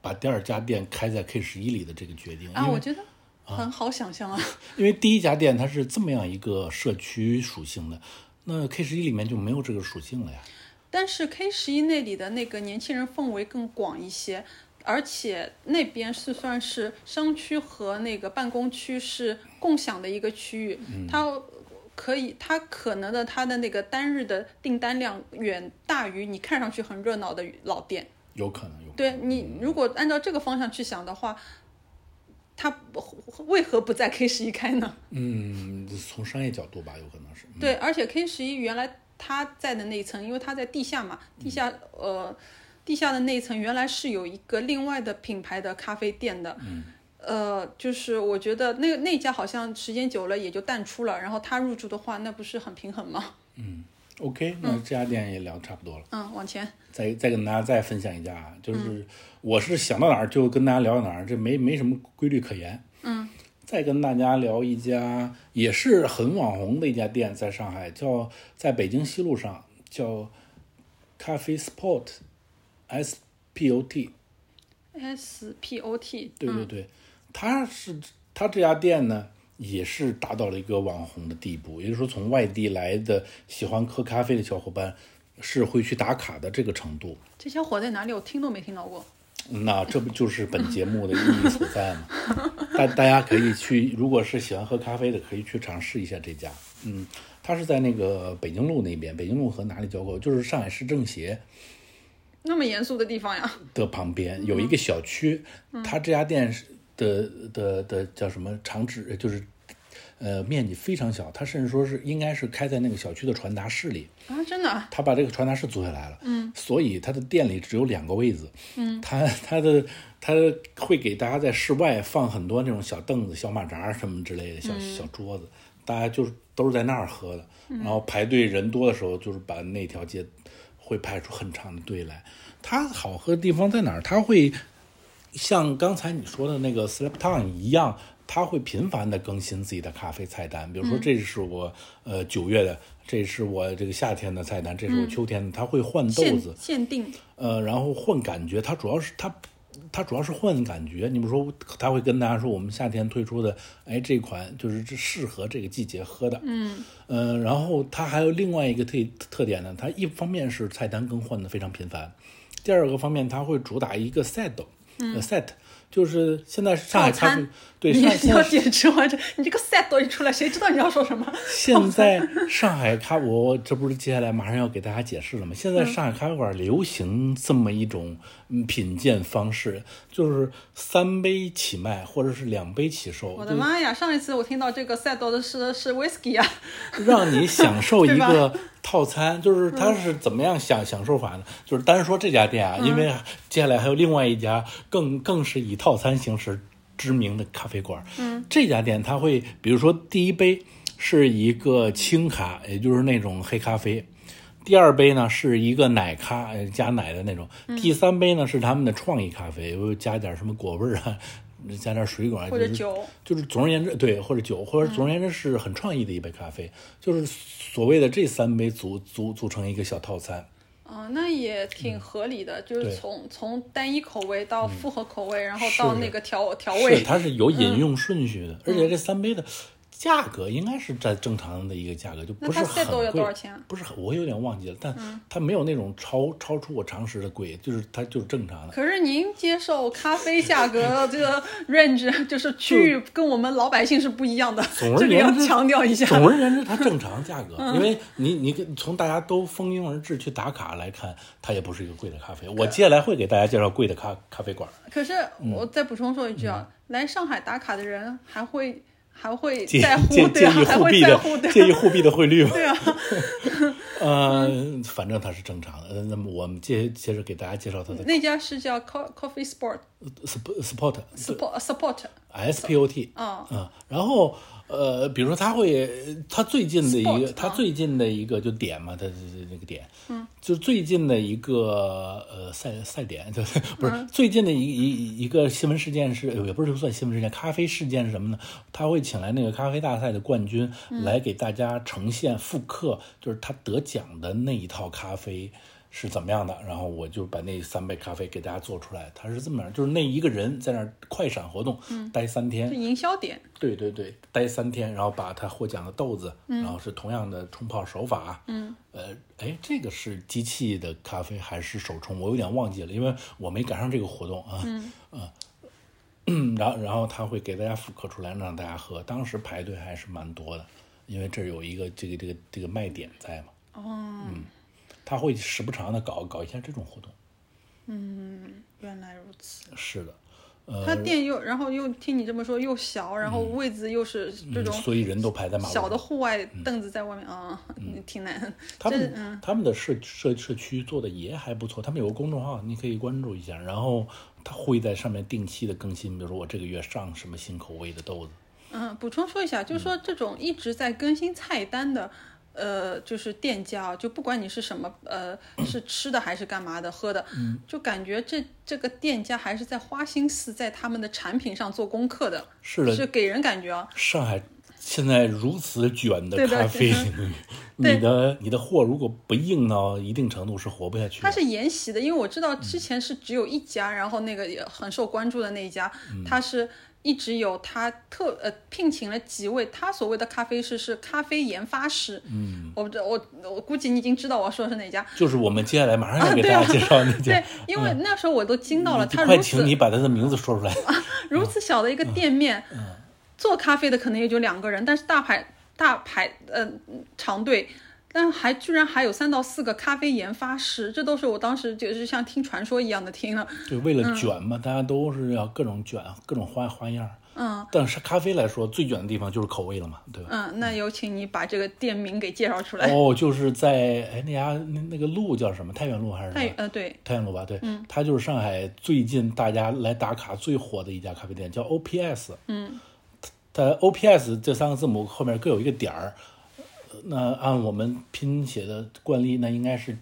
Speaker 3: 把第二家店开在 K 十一里的这个决定，
Speaker 2: 啊，
Speaker 3: 因为
Speaker 2: 我觉得很好想象啊
Speaker 3: 因为第一家店它是这么样一个社区属性的，那 K 十一里面就没有这个属性了呀。
Speaker 2: 但是 K 十一那里的那个年轻人氛围更广一些，而且那边是算是商区和那个办公区是共享的一个区域，它可以它可能的它的那个单日的订单量远大于你看上去很热闹的老店。
Speaker 3: 有可能有可能
Speaker 2: 对你如果按照这个方向去想的话，它为何不在 K 十一开呢？
Speaker 3: 嗯，从商业角度吧，有可能是。嗯
Speaker 2: 对，而且 K 十一原来它在的那一层，因为它在地下嘛，地下
Speaker 3: 嗯
Speaker 2: 呃，地下的那一层原来是有一个另外的品牌的咖啡店的，
Speaker 3: 嗯
Speaker 2: 呃，就是我觉得那那家好像时间久了也就淡出了，然后它入驻的话，那不是很平衡吗？
Speaker 3: OK，那这家店也聊差不多了，
Speaker 2: 嗯，往前，
Speaker 3: 再再跟大家再分享一家，啊，
Speaker 2: 嗯
Speaker 3: 就是我是想到哪儿就跟大家聊到哪儿，这没没什么规律可言。嗯，再跟大家聊一家也是很网红的一家店，在上海叫在北京西路上叫咖啡 Spot，S P O T，
Speaker 2: S P O T，
Speaker 3: 对对对，他是他这家店呢，也是达到了一个网红的地步，也就是说，从外地来的喜欢喝咖啡的小伙伴是会去打卡的这个程度。
Speaker 2: 这家伙在哪里？我听都没听到过。
Speaker 3: 那这不就是本节目的意义所在吗？大大家可以去，如果是喜欢喝咖啡的，可以去尝试一下这家。嗯，它是在那个北京路那边，北京路和哪里交口？就是上海市政协
Speaker 2: 那么严肃的地方呀，
Speaker 3: 的旁边有一个小区，它这家店是的的的叫什么长址，就是呃面积非常小，它甚至说是应该是开在那个小区的传达室里，
Speaker 2: 啊，真的啊，
Speaker 3: 他把这个传达室租下来了，嗯，所以他的店里只有两个位子，嗯，他他的他会给大家在室外放很多那种小凳子、小马扎什么之类的小、小桌子，大家就是都是在那儿喝的，然后排队人多的时候，就是把那条街会排出很长的队来。它好喝的地方在哪儿？它会像刚才你说的那个 Slap Town 一样，它会频繁的更新自己的咖啡菜单。比如说，这是我、呃九月的，这是我这个夏天的菜单，这是我秋天的，它会换豆
Speaker 2: 限
Speaker 3: 子，
Speaker 2: 限定，
Speaker 3: 呃，然后换感觉。它主要是它。它主要是换感觉，你比如说，它会跟大家说我们夏天推出的，哎，这款就是这适合这个季节喝的，嗯，呃，然后它还有另外一个特特点呢，它一方面是菜单更换的非常频繁，第二个方面它会主打一个 set，、嗯 set 就是现在上海
Speaker 2: 套
Speaker 3: 咖啡
Speaker 2: 餐，
Speaker 3: 对
Speaker 2: 你
Speaker 3: 上
Speaker 2: 你
Speaker 3: 现
Speaker 2: 要
Speaker 3: 在
Speaker 2: 解释完这，你这个 set 都一出来，谁知道你要说什么？
Speaker 3: 现 在上海咖，我这不是接下来马上要给大家解释了吗？现
Speaker 2: 嗯
Speaker 3: 在上海咖啡馆流行这么一种嗯品鉴方式，就是三杯起卖或者是两杯起售，
Speaker 2: 我的
Speaker 3: 就
Speaker 2: 妈呀！上一次我听到这个 set 的是是 whisky 啊，
Speaker 3: 让你享受一
Speaker 2: 对
Speaker 3: 个套餐，就是它是怎么样享享受法呢？就是单说这家店啊，因为接下来还有另外一家更更是以套餐形式知名的咖啡馆。嗯，这家店它会，比如说第一杯是一个轻咖，也就是那种黑咖啡。第二杯呢是一个奶咖，呃加奶的那种。第三杯呢是他们的创意咖啡，又加点什么果味儿啊，加点水果啊，
Speaker 2: 或者
Speaker 3: 就是
Speaker 2: 酒
Speaker 3: 就是总而言之，对，或者酒，或者总而言之是很创意的一杯咖啡，就是所谓的这三杯组组组成一个小套餐。
Speaker 2: 啊、那也挺合理的，就
Speaker 3: 对
Speaker 2: 是从从单一口味到复合口味，然后
Speaker 3: 是
Speaker 2: 到
Speaker 3: 的
Speaker 2: 那个调调
Speaker 3: 是，
Speaker 2: 味。
Speaker 3: 它是有引
Speaker 2: 嗯
Speaker 3: 用顺序的，而且这三杯的价格应该是在正常的一个价格，就不是
Speaker 2: 那它
Speaker 3: 很
Speaker 2: set 都
Speaker 3: 贵。
Speaker 2: 要多少钱啊嗯
Speaker 3: 不是很，我有点忘记了，但它没有那种超超出我常识的贵，就是它就是正常的。
Speaker 2: 可是您接受咖啡价格的这个 range 就是区域跟我们老百姓是不一样的，
Speaker 3: 总 而
Speaker 2: 这个要
Speaker 3: 言之
Speaker 2: 强调一下。
Speaker 3: 总而言之，它正常价格，
Speaker 2: 嗯
Speaker 3: 因为你你跟从大家都蜂拥而至去打卡来看，它也不是一个贵的咖啡。我接下来会给大家介绍贵的咖咖啡馆。
Speaker 2: 可是我再补充说一句啊，来上海打卡的人还会还会
Speaker 3: 介
Speaker 2: 在乎
Speaker 3: 介
Speaker 2: 对
Speaker 3: 介
Speaker 2: 啊，
Speaker 3: 意
Speaker 2: 还
Speaker 3: 护
Speaker 2: 会
Speaker 3: 币
Speaker 2: 在
Speaker 3: 的
Speaker 2: 乎对
Speaker 3: 介
Speaker 2: 啊
Speaker 3: 意护币的 汇率吗？
Speaker 2: 对啊，嗯
Speaker 3: 呃，反正它是正常的。呃那么我们接接着给大家介绍它的
Speaker 2: 那家是叫 Co- Coffee Sport
Speaker 3: sp- spot
Speaker 2: Support Support
Speaker 3: S P O T
Speaker 2: 啊
Speaker 3: 嗯，然后呃，比如说他会，他最近的一个
Speaker 2: Spot，
Speaker 3: 他
Speaker 2: 啊
Speaker 3: 最近的一个就点嘛，他那个点，嗯，就最近的一个呃赛赛点， 就是不是、最近的一一一个新闻事件是，呃也不是算新闻事件，咖啡事件是什么呢？他会请来那个咖啡大赛的冠军、来给大家呈现复刻，就是他得奖的那一套咖啡。是怎么样的？然后我就把那三杯咖啡给大家做出来。他是这么样，就是那一个人在那儿快闪活动、待三天
Speaker 2: 是，营销点，
Speaker 3: 对对对，待三天，然后把他获奖的豆子，然后是同样的冲泡手法，嗯，呃，哎，这个是机器的咖啡还是手冲？我有点忘记了，因为我没赶上这个活动啊，嗯，嗯， 然后然后他会给大家复刻出来让大家喝，当时排队还是蛮多的，因为这儿有一个这个这个这个卖点在嘛，哦，嗯，他会时不常的搞搞一下这种活动，
Speaker 2: 原来如此。
Speaker 3: 是的，呃
Speaker 2: 它店又然后又听你这么说又小，然后位子又是这
Speaker 3: 嗯
Speaker 2: 种
Speaker 3: 所以人都排在马路
Speaker 2: 小的
Speaker 3: 上。
Speaker 2: 户外凳子在外面啊，嗯 挺难。
Speaker 3: 他
Speaker 2: 这
Speaker 3: 们、
Speaker 2: 嗯，
Speaker 3: 他们的社社社区做的也还不错，他们有个公众号，你可以关注一下，然后他会在上面定期的更新，比如说我这个月上什么新口味的豆子，
Speaker 2: 嗯，补充说一下，就是说这种一直在更新菜单的，呃，就是店家啊，就不管你是什么，呃，是吃的还是干嘛的、喝的，
Speaker 3: 嗯
Speaker 2: 就感觉这这个店家还是在花心思在他们的产品上做功课的，
Speaker 3: 是的
Speaker 2: 是给人感觉啊，
Speaker 3: 上海现在如此卷的
Speaker 2: 对的
Speaker 3: 咖啡
Speaker 2: 对
Speaker 3: 领域，你的你的货如果不硬到一定程度是活不下去
Speaker 2: 它
Speaker 3: 的。
Speaker 2: 是沿袭的，因为我知
Speaker 3: 嗯
Speaker 2: 道之前是只有一家，然后那个也很受关注的那一家，
Speaker 3: 嗯
Speaker 2: 它是一直有它特呃聘请了几位他所谓的咖啡师是咖啡研发师，嗯，我不知我我估计你已经知道我说的是哪家，
Speaker 3: 就是我们接下来马上要给
Speaker 2: 对
Speaker 3: 大
Speaker 2: 啊
Speaker 3: 家介绍那 家，
Speaker 2: 对，因为那时候我都惊到了，
Speaker 3: 就
Speaker 2: 他
Speaker 3: 快
Speaker 2: 如
Speaker 3: 请你嗯
Speaker 2: 此
Speaker 3: 把他的名字说出 来。
Speaker 2: 如此小的一个店面，做咖啡的可能也就两个人，但是大排大排呃长队。但还居然还有三到四个咖啡研发师，这都是我当时就是像听传说一样的听了。
Speaker 3: 对，为了卷嘛，大家都是要各种卷，各种花花样。嗯，但是咖啡来说，最卷的地方就是口味了嘛，对吧？
Speaker 2: 嗯，那有请你把这个店名给介绍出来。
Speaker 3: 哦，就是在哎那家那那个路叫什么？太原嗯路还是什
Speaker 2: 太
Speaker 3: 么？
Speaker 2: 呃对，
Speaker 3: 太原路吧，对，它就是上海最近大家来打卡最火的一家咖啡店，叫 OPS。嗯，它 OPS 这三个字母后面各有一个点儿，呃那按我们拼写的惯例，那应该是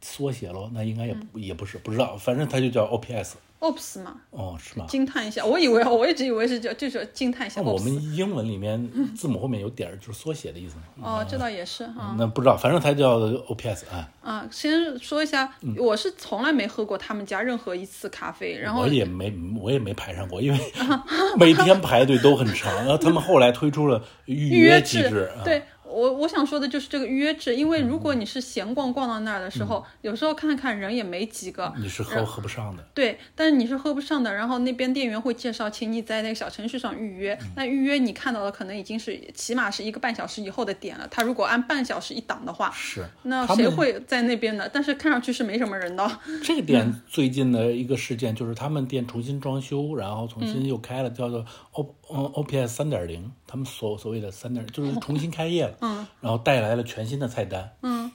Speaker 3: 缩写喽，那应该也不、也不是，不知道，反正它就叫 OPS。
Speaker 2: ops 嘛，
Speaker 3: 哦，是吗？
Speaker 2: 惊叹一下，我以为我一直以为是叫就是惊叹一下
Speaker 3: 哦那我
Speaker 2: ops。
Speaker 3: 们英文里面字母后面有点儿，就是缩写的意思嘛。
Speaker 2: 哦，这倒也是哈。
Speaker 3: 那不知道，反正它叫 OPS 啊、
Speaker 2: 啊，先说一下，
Speaker 3: 嗯
Speaker 2: 我是从来没喝过他们家任何一次咖啡，然后
Speaker 3: 我也没我也没排上过，因为 每天排队都很长。然后他们后来推出了预
Speaker 2: 预约
Speaker 3: 机制，啊嗯
Speaker 2: 对。我我我想说的就是这个预约制，因为如果你是闲逛逛到那儿的时候，有时候看看人也没几个，
Speaker 3: 你是喝喝不上的。
Speaker 2: 对，但是你是喝不上的。然后那边店员会介绍，请你在那个小程序上预约。
Speaker 3: 嗯
Speaker 2: 那预约你看到的可能已经是起码是一个半小时以后的点了。他如果按半小时一档的话，
Speaker 3: 是，
Speaker 2: 那
Speaker 3: 他
Speaker 2: 谁
Speaker 3: 们
Speaker 2: 会在那边呢？但是看上去是没什么人的。
Speaker 3: 这个
Speaker 2: 嗯
Speaker 3: 店最近的一个事件就是他们店重新装修，然后重
Speaker 2: 嗯
Speaker 3: 新又开了，叫做 O 嗯 OPS 三点零，他们所所谓的三点就是重新开业了，嗯，然后带来了全新的菜单，嗯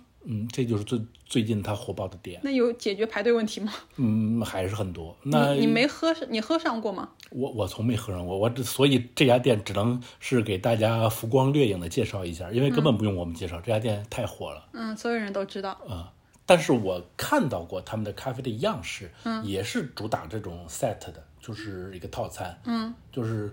Speaker 3: 这就是最最近它火爆的点，
Speaker 2: 那有解决排队问题吗？
Speaker 3: 嗯，还是很多。那
Speaker 2: 你你没喝，你喝上过吗？
Speaker 3: 我我从没喝上过，我这所以这家店只能是给大家浮光掠影的介绍一下，因为根本不用我们介绍，这家店太火了。
Speaker 2: 嗯，所有人都知道。
Speaker 3: 啊、但是我看到过他们的咖啡的样式，
Speaker 2: 嗯
Speaker 3: 也是主打这种 set 的，就是一个套餐，嗯，就是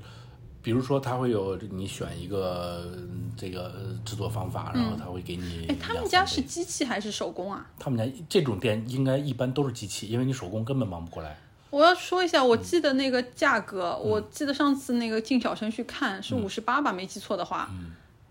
Speaker 3: 比如说它会有你选一个嗯这个呃制作方法，然后他会给你
Speaker 2: 哎，
Speaker 3: 两三杯、
Speaker 2: 他们家是机器还是手工啊？
Speaker 3: 他们家这种店应该一般都是机器，因为你手工根本忙不过来。
Speaker 2: 我要说一下，我记得那个价格，
Speaker 3: 嗯
Speaker 2: 我记得上次那个进小程序看是五十八吧，没记错的话，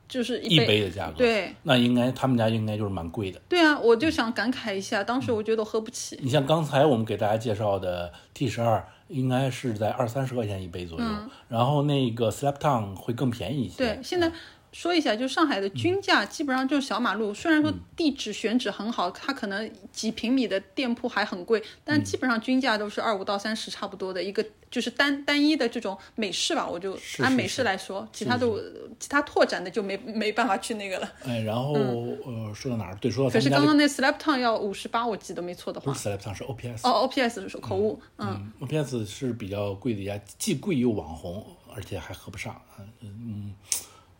Speaker 2: 就是
Speaker 3: 嗯一
Speaker 2: 杯。
Speaker 3: 杯的价格，
Speaker 2: 对，
Speaker 3: 那应该他们家应该就是蛮贵的。
Speaker 2: 对啊，我就想感慨一下，当时我觉得我喝不起。
Speaker 3: 你像刚才我们给大家介绍的 T 十二，应该是在二三十块钱一杯左右，然后那个 Slap Town 会更便宜一些。
Speaker 2: 嗯对，现在说一下，就上海的均价
Speaker 3: 嗯
Speaker 2: 基本上就是小马路，虽然说地址选址很好，它可能几平米的店铺还很贵，
Speaker 3: 嗯
Speaker 2: 但基本上均价都是二五到三十差不多的一个，就是单单一的这种美式吧，我就是按
Speaker 3: 是
Speaker 2: 美
Speaker 3: 是
Speaker 2: 式来说，其他的我其他拓展的就没没办法去那个了。
Speaker 3: 哎，然后、呃，说到哪儿？对，说
Speaker 2: 嗯
Speaker 3: 到
Speaker 2: 可
Speaker 3: 咱
Speaker 2: 是
Speaker 3: 们家
Speaker 2: 刚刚
Speaker 3: 的
Speaker 2: 那 Slap Town 要五十八，我记得没错的
Speaker 3: 不
Speaker 2: 话。
Speaker 3: 是 Slap Town 是 OPS，、
Speaker 2: 哦，OPS 是口误，嗯，
Speaker 3: 嗯，OPS 是比较贵的一家，既贵又网红，而且还合不上，嗯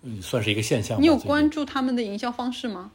Speaker 3: 嗯，算是一个现象吧。
Speaker 2: 你有
Speaker 3: 最近
Speaker 2: 关注他们的营销方式吗？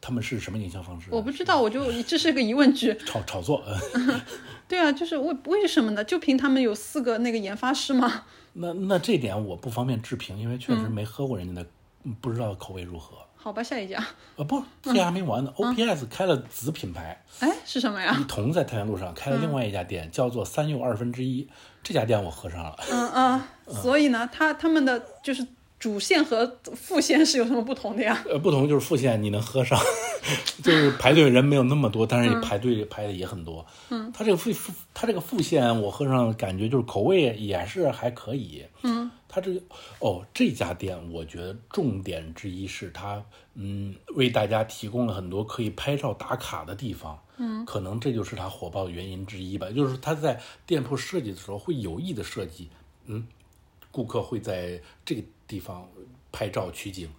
Speaker 3: 他们是什么营销方式？啊
Speaker 2: 我不知道，我就这是个疑问句。
Speaker 3: 炒炒作，嗯
Speaker 2: 对啊，就是为为什么呢？就凭他们有四个那个研发师吗？
Speaker 3: 那那这点我不方便置评，因为确实没喝过人家的，嗯不知道口味如何。
Speaker 2: 好吧，下一家，
Speaker 3: 啊，不，这还没完呢。OPS
Speaker 2: 嗯
Speaker 3: 开了子品牌，
Speaker 2: 哎，是什么
Speaker 3: 一
Speaker 2: 呀？
Speaker 3: 同在太原路上开了另外一家店，叫做三又二分之一。这家店我喝上了，
Speaker 2: 嗯啊，所以呢，他他们的就是主线和副线是有什么不同的呀？
Speaker 3: 呃，不同就是副线你能喝上， 就是排队人没有那么多，但是也排队排的也很多。嗯，它这个副副它这个副线我喝上感觉就是口味也是还可以。嗯，它这个哦这家店我觉得重点之一是它嗯为大家提供了很多可以拍照打卡的地方。嗯，可能这就是它火爆的原因之一吧，就是它在店铺设计的时候会有意的设计，嗯，顾客会在这个地方拍照取景，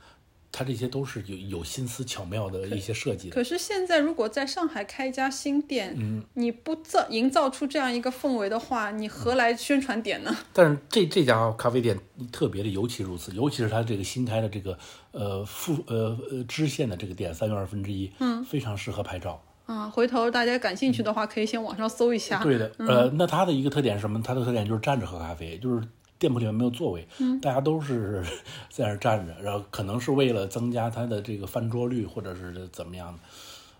Speaker 3: 它这些都是有有心思巧妙的一些设计的。
Speaker 2: 可是现在如果在上海开一家新店，
Speaker 3: 嗯
Speaker 2: 你不造营造出这样一个氛围的话，你何来宣传点呢？
Speaker 3: 但是这这家咖啡店特别的尤其如此，尤其是它这个新开的这个呃副呃呃支线的这个店三又二分之一，嗯，非常适合拍照。
Speaker 2: 啊，回头大家感兴趣的话，可以先网上搜一下。
Speaker 3: 嗯对的，呃，那它的一个特点是什么？它的特点就是站着喝咖啡，就是店铺里面没有座位，大家都是 在那儿站着，然后可能是为了增加它的这个翻桌率，或者是怎么样的。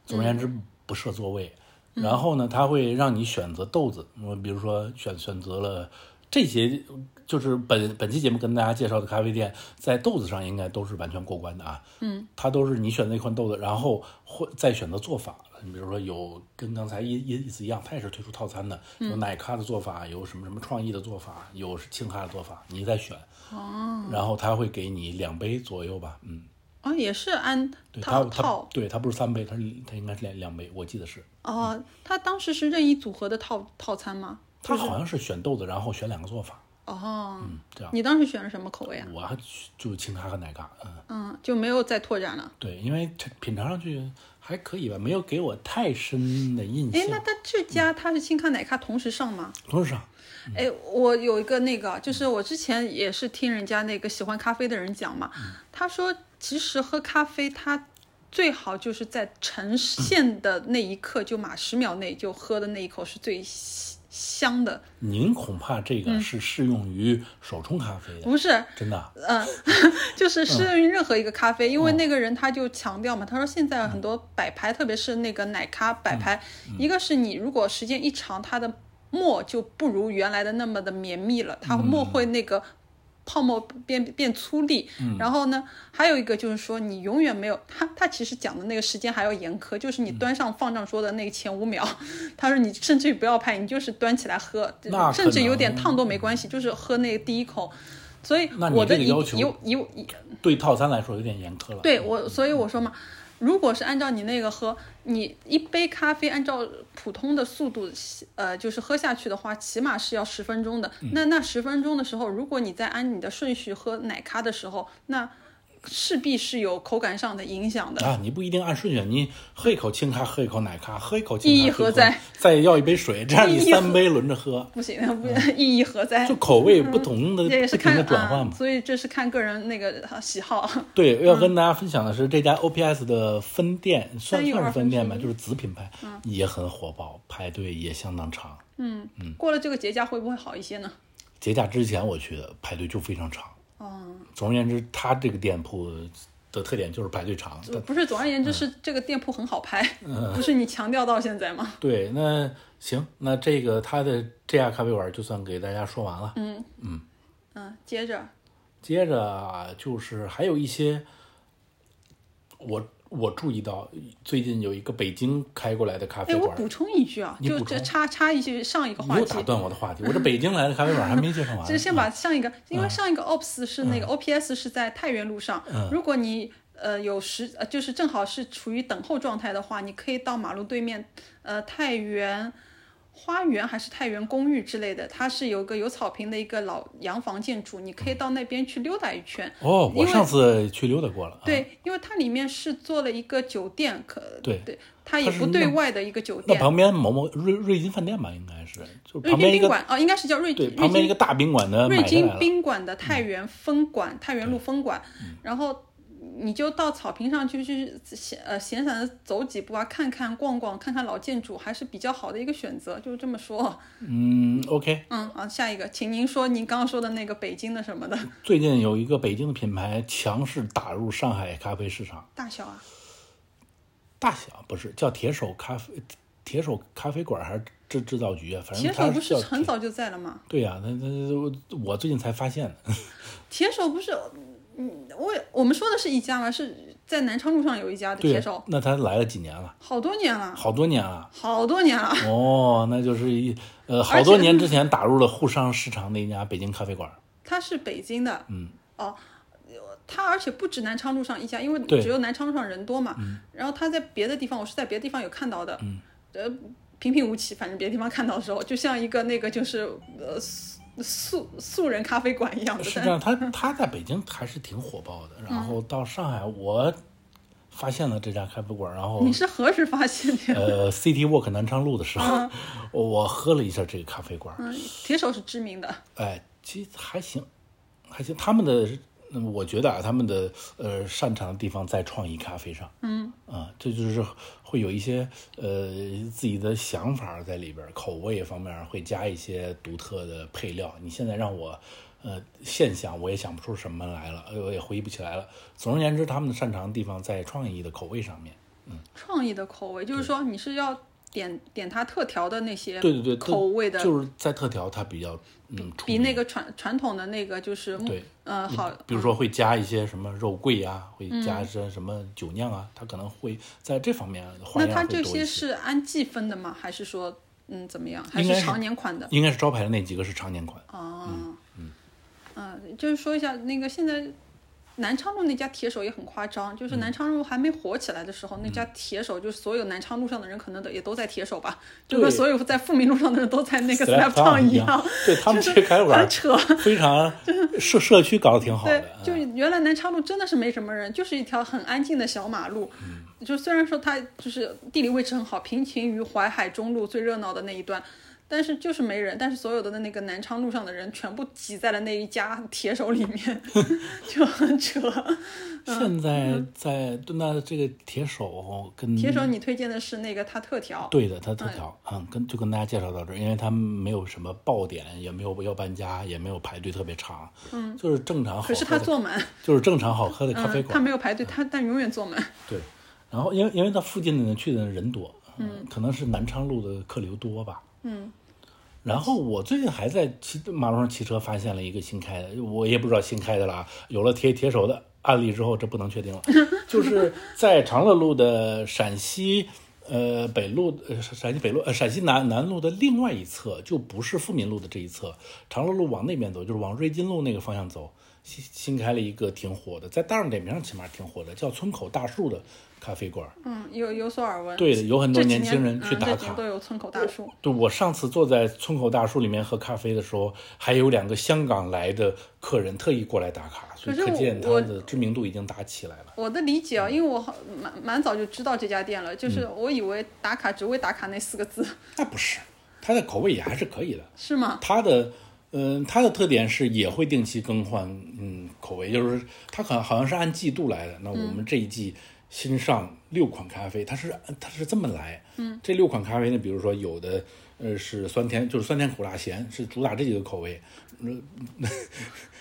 Speaker 3: 总而言之，不设座位。然后呢，它会让你选择豆子，我比如说选选择了这些，就是本本期节目跟大家介绍的咖啡店，在豆子上应该都是完全过关的啊。嗯，它都是你选择一款豆子，然后会再选择做法。你比如说有跟刚才意意意思一样，它也是推出套餐的，
Speaker 2: 嗯
Speaker 3: 有奶咖的做法，有什么什么创意的做法，有轻咖的做法，你再选。哦。然后它会给你两杯左右吧，嗯，
Speaker 2: 啊，也是按
Speaker 3: 对，它
Speaker 2: 套
Speaker 3: 它
Speaker 2: 套
Speaker 3: 对它不是三杯，它是它应该是两两杯，我记得是。
Speaker 2: 哦，他当时是任意组合的套套餐吗？
Speaker 3: 他好像是选豆子，然后选两个做法，
Speaker 2: 哦，
Speaker 3: 嗯，这样。
Speaker 2: 你当时选了什么口味啊？
Speaker 3: 我还就清咖和奶咖，嗯，
Speaker 2: 嗯，就没有再拓展了。
Speaker 3: 对，因为这品尝上去还可以吧，没有给我太深的印
Speaker 2: 哎，那
Speaker 3: 象。
Speaker 2: 他这家他是清咖奶咖同时上吗？
Speaker 3: 董事长，
Speaker 2: 哎，我有一个那个，就是我之前也是听人家那个喜欢咖啡的人讲嘛，他说其实喝咖啡他最好就是在呈现的那一刻，就马十秒内就喝的那一口是最香香的，
Speaker 3: 您恐怕这个是适用于手冲咖啡的，
Speaker 2: 不是。
Speaker 3: 真的啊。
Speaker 2: 嗯，就是适
Speaker 3: 嗯
Speaker 2: 用于任何一个咖啡，因为那个人他就强调嘛，他说现
Speaker 3: 嗯
Speaker 2: 在很多摆拍，特别是那个奶咖摆拍，一个是你如果时间一
Speaker 3: 嗯
Speaker 2: 长，它的沫就不如原来的那么的绵密了，它沫会那个泡沫变变粗粝。
Speaker 3: 嗯
Speaker 2: 然后呢，还有一个就是说，你永远没有他他其实讲的那个时间还要严苛，就是
Speaker 3: 嗯
Speaker 2: 你端上放上桌的那前五秒， 他说你甚至于不要拍，你就是端起来喝
Speaker 3: 那，
Speaker 2: 甚至有点
Speaker 3: 可能嗯
Speaker 2: 烫都没关系，就是喝那第一口。所以
Speaker 3: 那你
Speaker 2: 我的
Speaker 3: 这个
Speaker 2: 以
Speaker 3: 要求
Speaker 2: 以以以
Speaker 3: 对套餐来说有点严苛了。
Speaker 2: 对我，所以我说嘛，如果是按照你那个喝，你一杯咖啡按照普通的速度，呃，就是喝下去的话，起码是要十分钟的。
Speaker 3: 嗯
Speaker 2: 那那十分钟的时候，如果你在按你的顺序喝奶咖的时候，那势必是有口感上的影响的。
Speaker 3: 啊，你不一定按顺序，你喝一口清咖，喝一口奶咖，喝一口清
Speaker 2: 意
Speaker 3: 咖，
Speaker 2: 义
Speaker 3: 喝一
Speaker 2: 何
Speaker 3: 口
Speaker 2: 在？
Speaker 3: 再要一杯水，这样你
Speaker 2: 意义
Speaker 3: 三
Speaker 2: 何
Speaker 3: 杯轮着喝，
Speaker 2: 不行，不意义何在
Speaker 3: 嗯就？口味不同的
Speaker 2: 嗯这也
Speaker 3: 不
Speaker 2: 是
Speaker 3: 停
Speaker 2: 看
Speaker 3: 的转换
Speaker 2: 啊
Speaker 3: 嘛，。
Speaker 2: 所以这是看个人那个呃喜好。
Speaker 3: 对，要跟大家分享的是这家 OPS 的分店，算
Speaker 2: 312
Speaker 3: 算是分店吧，
Speaker 2: 分
Speaker 3: 就是子品牌，也很火爆，排队也相当长。嗯
Speaker 2: 过了这个节假会不会好一些呢？
Speaker 3: 节假之前我去的，排队就非常长。
Speaker 2: 哦，
Speaker 3: 总而言之，它这个店铺的特点就是排队长。但
Speaker 2: 不是，总而言
Speaker 3: 嗯
Speaker 2: 之是这个店铺很好拍，不是你强调到现在吗？
Speaker 3: 对，那行，那这个它的这家咖啡馆就算给大家说完了。
Speaker 2: 嗯，接着，
Speaker 3: 接着啊就是还有一些，我我注意到最近有一个北京开过来的咖啡
Speaker 2: 哎，我
Speaker 3: 馆，
Speaker 2: 补充一句啊，
Speaker 3: 你
Speaker 2: 就
Speaker 3: 补
Speaker 2: 这
Speaker 3: 充
Speaker 2: 插插一句上一个
Speaker 3: 你
Speaker 2: 话
Speaker 3: 又
Speaker 2: 题
Speaker 3: 打，断我的嗯话题，我这北京来的咖啡馆还没介绍完 呢。
Speaker 2: 就是先把上一个，因为上一个 OPS 是那个
Speaker 3: 嗯
Speaker 2: OPS 是在太原路上，如果你呃有时呃就是正好是处于等候状态的话，你可以到马路对面，呃太原。花园还是太原公寓之类的，它是有个有草坪的一个老洋房建筑，你可以到那边去溜达一圈。
Speaker 3: 哦，
Speaker 2: 因
Speaker 3: 我
Speaker 2: 为
Speaker 3: 上次去溜达过了。，啊
Speaker 2: 对，因为它里面是做了一个酒店，可
Speaker 3: 对
Speaker 2: 它
Speaker 3: 它
Speaker 2: 也
Speaker 3: 是
Speaker 2: 不
Speaker 3: 那
Speaker 2: 对外的一个酒
Speaker 3: 那
Speaker 2: 店。
Speaker 3: 旁边某某瑞瑞金饭店吧，应该是，就
Speaker 2: 瑞
Speaker 3: 旁
Speaker 2: 金
Speaker 3: 边一
Speaker 2: 宾
Speaker 3: 个
Speaker 2: 馆啊、哦，应该是叫瑞
Speaker 3: 对
Speaker 2: 瑞
Speaker 3: 旁边一
Speaker 2: 金
Speaker 3: 个大宾馆的
Speaker 2: 瑞
Speaker 3: 呃买下
Speaker 2: 金
Speaker 3: 来了。嗯
Speaker 2: 宾馆的太原分馆，太原路分馆，然后。你就到草坪上去去闲呃闲散的走几步啊，看看逛逛，看看老建筑，还是比较好的一个选择，就这么说。
Speaker 3: 嗯，OK。
Speaker 2: 嗯，好，下一个，请您说您刚刚说的那个北京的什么的
Speaker 3: 最近有一个北京的品牌强势打入上海咖啡市场，
Speaker 2: 大小啊？
Speaker 3: 大小不是叫铁手咖啡，铁手咖啡馆还是制制造局啊？反
Speaker 2: 铁
Speaker 3: 正它
Speaker 2: 手不是
Speaker 3: 叫
Speaker 2: 很
Speaker 3: 铁
Speaker 2: 早就在了吗？
Speaker 3: 对呀、那那我我最近才发现
Speaker 2: 嗯
Speaker 3: 的。
Speaker 2: 铁手不是，嗯，我也我们说的是一家吗？是在南昌路上有一家的
Speaker 3: 对
Speaker 2: 铁
Speaker 3: 呀、
Speaker 2: 手，
Speaker 3: 那它来了几年了？
Speaker 2: 好多年了，
Speaker 3: 好多年了。
Speaker 2: 好多年了。
Speaker 3: 哦，那就是一呃，
Speaker 2: 而
Speaker 3: 好
Speaker 2: 且
Speaker 3: 多年之前打入了沪商市场的一家北京咖啡馆。
Speaker 2: 它是北京的，
Speaker 3: 嗯，
Speaker 2: 哦，它而且不止南昌路上一家，因为
Speaker 3: 对嗯
Speaker 2: 只有南昌路上人多嘛。然后它在别的地方，我是在别的地方有看到的，呃，平平无奇，反正别的地方看到的时候，就像一个那个就是呃素素素人咖啡馆一样的。
Speaker 3: 是
Speaker 2: 但
Speaker 3: 这样，他他在北京还是挺火爆的，然后到上海，我发现了这家咖啡馆，然后
Speaker 2: 你是何时发现的？
Speaker 3: 呃，City Walk 南昌路的时候，我喝了一下这个咖啡馆，
Speaker 2: 嗯，铁手是知名的，
Speaker 3: 哎，其实还行，还行。他们的，嗯我觉得啊，他们的呃擅长的地方在创意咖啡上。嗯啊，这就是会有一些呃自己的想法在里边儿，口味方面会加一些独特的配料。你现在让我。呃，现象我也想不出什么来了，呃我也回忆不起来了。总而言之，他们的擅长的地方在创意的口味上面。
Speaker 2: 创意的口味，就是说你是要点点它特调的那些
Speaker 3: 对对对，
Speaker 2: 口味的，
Speaker 3: 就是在特调，它比较嗯出
Speaker 2: 比
Speaker 3: 名
Speaker 2: 那个传传统的那个就是木
Speaker 3: 对嗯
Speaker 2: 呃好，
Speaker 3: 比如说会加一些什么肉桂啊，会加一些什么酒酿啊，它可能会在这方面花
Speaker 2: 那
Speaker 3: 样
Speaker 2: 它
Speaker 3: 会
Speaker 2: 这
Speaker 3: 多一
Speaker 2: 些
Speaker 3: 些。
Speaker 2: 是按季分的吗？还是说，嗯，怎么样？还
Speaker 3: 应该是
Speaker 2: 常年款的？
Speaker 3: 应该是招牌的那几个是常 年款，
Speaker 2: 哦，嗯，就是说一下那个现在南昌路那家铁手也很夸张，就是
Speaker 3: 嗯
Speaker 2: 南昌路还没火起来的时候，那家铁手就是所有南昌路上的人可能都也都在铁手吧，就
Speaker 3: 对
Speaker 2: 是所有在富民路上的人都在那个
Speaker 3: Slap
Speaker 2: slap town
Speaker 3: Town 一
Speaker 2: 样，
Speaker 3: 对 他们这个开馆
Speaker 2: 很扯。
Speaker 3: 非常社社区搞得挺好
Speaker 2: 对
Speaker 3: 的，，嗯
Speaker 2: 就原来南昌路真的是没什么人，就是一条很安静的小马路。
Speaker 3: 嗯
Speaker 2: 就虽然说它就是地理位置很好，平行于淮海中路最热闹的那一段，但是就是没人。但是所有的那个南昌路上的人全部挤在了那一家铁手里面， 就很扯。嗯
Speaker 3: 现在在那这个铁手跟
Speaker 2: 铁手，哎你推荐的是那个它特调，
Speaker 3: 对的，它特调，嗯，跟就跟大家介绍到这儿，因为它没有什么爆点，也没有要搬家，也没有排队特别长，嗯，就是正常好喝
Speaker 2: 可
Speaker 3: 的，
Speaker 2: 是它坐满，
Speaker 3: 就是正常好喝的咖啡
Speaker 2: 嗯，
Speaker 3: 馆
Speaker 2: 它，没有排队，它但永远坐满。
Speaker 3: 对，然后因为因为它附近的呢去的人多，嗯，可能是南昌路的客流多吧，嗯，然后我最近还在骑马路上骑车，发现了一个新开的，我也不知道新开的了啊。有了铁铁手的案例之后，这不能确定了。 就是在长乐路的陕西呃北路，呃陕西北路，呃陕西南南路的另外一侧，就不是富民路的这一侧，长乐路往那边走，就是往瑞金路那个方向走。新新开了一个挺火的，在大众点评上起码挺火的，叫村口大树的咖啡馆。
Speaker 2: 嗯，有有所耳闻。
Speaker 3: 对的，有很多
Speaker 2: 这几
Speaker 3: 年
Speaker 2: 年
Speaker 3: 轻人去
Speaker 2: 嗯
Speaker 3: 打
Speaker 2: 这几
Speaker 3: 卡
Speaker 2: 年。都有村口大树。
Speaker 3: 对，我上次坐在村口大树里面喝咖啡的时候，还有两个香港来的客人特意过来打卡，所以
Speaker 2: 可是
Speaker 3: 可
Speaker 2: 我
Speaker 3: 见它
Speaker 2: 我
Speaker 3: 的知名度已经打起来了。
Speaker 2: 我的理
Speaker 3: 嗯
Speaker 2: 解啊，因为我好蛮蛮早就知道这家店了，就是我以为打卡只为打卡那四个字，
Speaker 3: 那不是，它的口味也还是可以的。
Speaker 2: 是吗？
Speaker 3: 它的，嗯、它的特点是也会定期更换，嗯，口味就是它好像好像是按季度来的。那我们这一季新上六款咖啡，它是它是这么来，嗯，这六款咖啡呢，比如说有的呃是酸甜，就是酸甜苦辣咸，是主打这几个口味，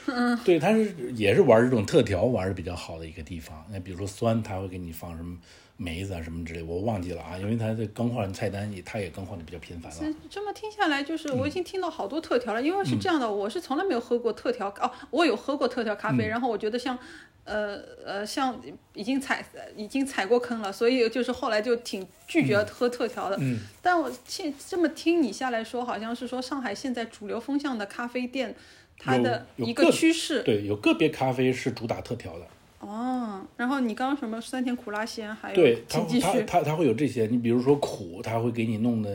Speaker 3: 嗯， 对，它是也是玩这种特调玩的比较好的一个地方。那比如说酸，它会给你放什么。梅子啊什么之类，我忘记了啊，因为它的更换菜单也，它也更换的比较频繁了。
Speaker 2: 这这么听下来，就是
Speaker 3: 嗯
Speaker 2: 我已经听到好多特调了，因为是这样的，我是从来没有喝过特调哦，我有喝过特调咖
Speaker 3: 嗯
Speaker 2: 啡，然后我觉得像。呃呃，像已经踩已经踩过坑了，所以就是后来就挺拒绝喝特调的。嗯、但我现这么听你下来说，好像是说上海现在主流风向的咖啡店，它
Speaker 3: 有
Speaker 2: 的
Speaker 3: 有
Speaker 2: 一
Speaker 3: 个
Speaker 2: 个趋势。
Speaker 3: 对，有个别咖啡是主打特调的，
Speaker 2: 哦，然后你刚刚什么酸甜苦辣咸，还有
Speaker 3: 对，它
Speaker 2: 哎请继
Speaker 3: 它
Speaker 2: 续。
Speaker 3: 它它会有这些。你比如说苦，它会给你弄的，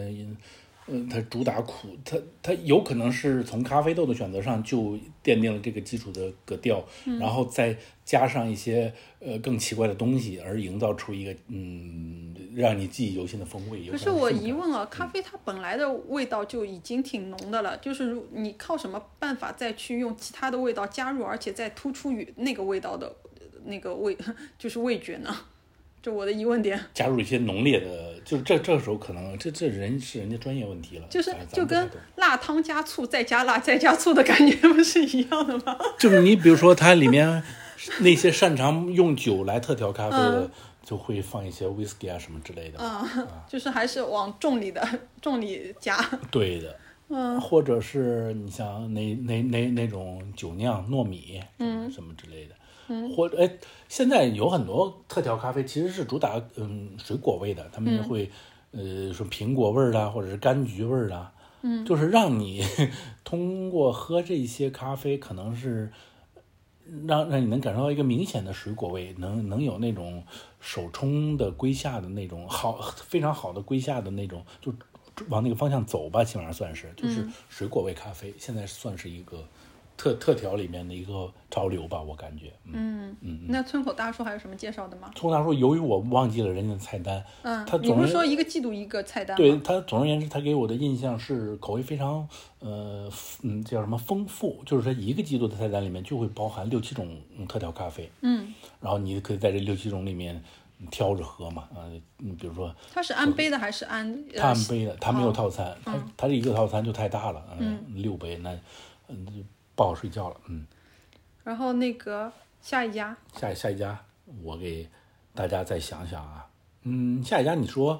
Speaker 3: 嗯，它主打苦，它它有可能是从咖啡豆的选择上就奠定了这个基础的格调，
Speaker 2: 嗯
Speaker 3: 然后再加上一些呃更奇怪的东西，而营造出一个嗯让你记忆犹新的嗯风味。有
Speaker 2: 可是
Speaker 3: 可能
Speaker 2: 我
Speaker 3: 这么
Speaker 2: 疑
Speaker 3: 干
Speaker 2: 问啊，咖啡它本来的味道就已经挺浓的了，就是如你靠什么办法再去用其他的味道加入，而且再突出于那个味道的呃那个味， 就是味觉呢？就我的疑问点，
Speaker 3: 加入一些浓烈的，就是这这时候可能这这人是人家专业问题了，
Speaker 2: 就是
Speaker 3: 咱咱
Speaker 2: 就
Speaker 3: 不太
Speaker 2: 跟
Speaker 3: 懂
Speaker 2: 辣汤加醋再加辣再加醋的感觉不是一样的吗？
Speaker 3: 就是你比如说它里面那些擅长用酒来特调咖啡的，就会放一些 whisky 啊什么之类的。啊
Speaker 2: 就是还是往重里的重里加。
Speaker 3: 对的，嗯，或者是你像那那那那种酒酿糯米，嗯，什么之类的，嗯，或者哎，现在有很多特调咖啡其实是主打嗯水果味的，他们会、呃说苹果味儿的，或者是柑橘味儿的，嗯，就是让你 通过喝这些咖啡，可能是。让让你能感受到一个明显的水果味，能能有那种手冲的龟下的那种好非常好的龟下的那种，就往那个方向走吧，起码算是就是
Speaker 2: 嗯
Speaker 3: 水果味咖啡，现在算是一个特特调里面的一个潮流吧，我感觉。嗯，
Speaker 2: 那村口大叔还有什么介绍的吗？
Speaker 3: 通常说，由于我忘记了人家的菜单，
Speaker 2: 嗯
Speaker 3: 他，
Speaker 2: 你
Speaker 3: 总
Speaker 2: 不
Speaker 3: 而
Speaker 2: 是说一个季度一个菜单吗？
Speaker 3: 对他总而言之，他给我的印象是口味非常呃嗯叫什么丰富，就是说一个季度的菜单里面就会包含六七种嗯特调咖啡，
Speaker 2: 嗯，
Speaker 3: 然后你可以在这六七种里面嗯挑着喝嘛，啊、你比如说
Speaker 2: 它是按杯的还是按？
Speaker 3: 他
Speaker 2: 呃
Speaker 3: 按杯的，他没有套餐，他他这一个套餐就太大了，嗯，六杯那嗯就不好睡觉了，嗯，
Speaker 2: 然后那个下一家，
Speaker 3: 下下一家我给大家再想想啊，嗯，下一家你说，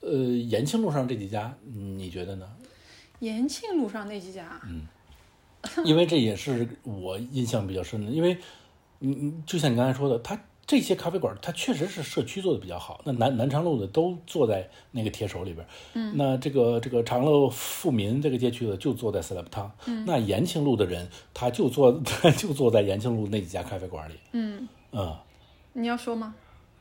Speaker 3: 呃，延庆路上这几家你觉得呢？
Speaker 2: 延庆路上那几家，啊
Speaker 3: 嗯 因为这也是我印象比较深的，因为你你就像你刚才说的，它这些咖啡馆它确实是社区做的比较好。那南南昌路的都坐在那个铁手里边，嗯，那这个这个长乐富民这个街区的就坐在斯莱布汤，嗯，那延庆路的人他就坐 他就坐在延庆路那几家咖啡馆里，嗯，嗯。
Speaker 2: 你要说吗？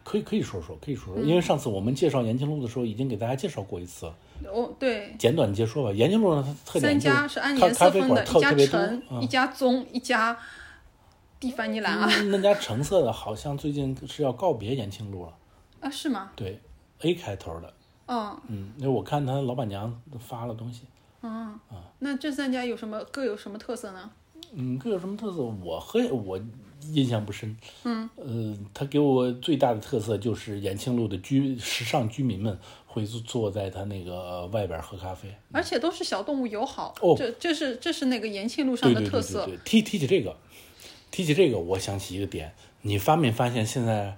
Speaker 3: 可以可以说说，可以说说，
Speaker 2: 嗯
Speaker 3: 因为上次我们介绍延庆路的时候，已经给大家介绍过一次了，
Speaker 2: 哦，对，
Speaker 3: 简短介说吧。延庆路上它特
Speaker 2: 三
Speaker 3: 点就是
Speaker 2: 家是按
Speaker 3: 咖
Speaker 2: 颜
Speaker 3: 咖
Speaker 2: 色
Speaker 3: 啡
Speaker 2: 分
Speaker 3: 馆
Speaker 2: 的，
Speaker 3: 特
Speaker 2: 一
Speaker 3: 特
Speaker 2: 家
Speaker 3: 别多，嗯嗯
Speaker 2: 橙，一家棕，一家蒂凡尼蓝啊
Speaker 3: 那家橙色的，好像最近是要告别延庆路了。
Speaker 2: 啊，是吗？
Speaker 3: 对，A 开头的，
Speaker 2: 嗯
Speaker 3: 嗯，因为我看他老板娘发了东西，
Speaker 2: 嗯，那这三家有什么各有什么特色呢？
Speaker 3: 嗯，各有什么特色？我喝我印象不深。嗯，呃，他给我最大的特色就是延庆路的居时尚居民们会坐坐在他那个呃外边喝咖啡。
Speaker 2: 而且都是小动物友好，
Speaker 3: 哦
Speaker 2: 这这是这是那个延庆路上
Speaker 3: 对
Speaker 2: 的
Speaker 3: 对对
Speaker 2: 特
Speaker 3: 对
Speaker 2: 色。
Speaker 3: 对，提提起这个，提起这个，我想起一个点，你发没发现现在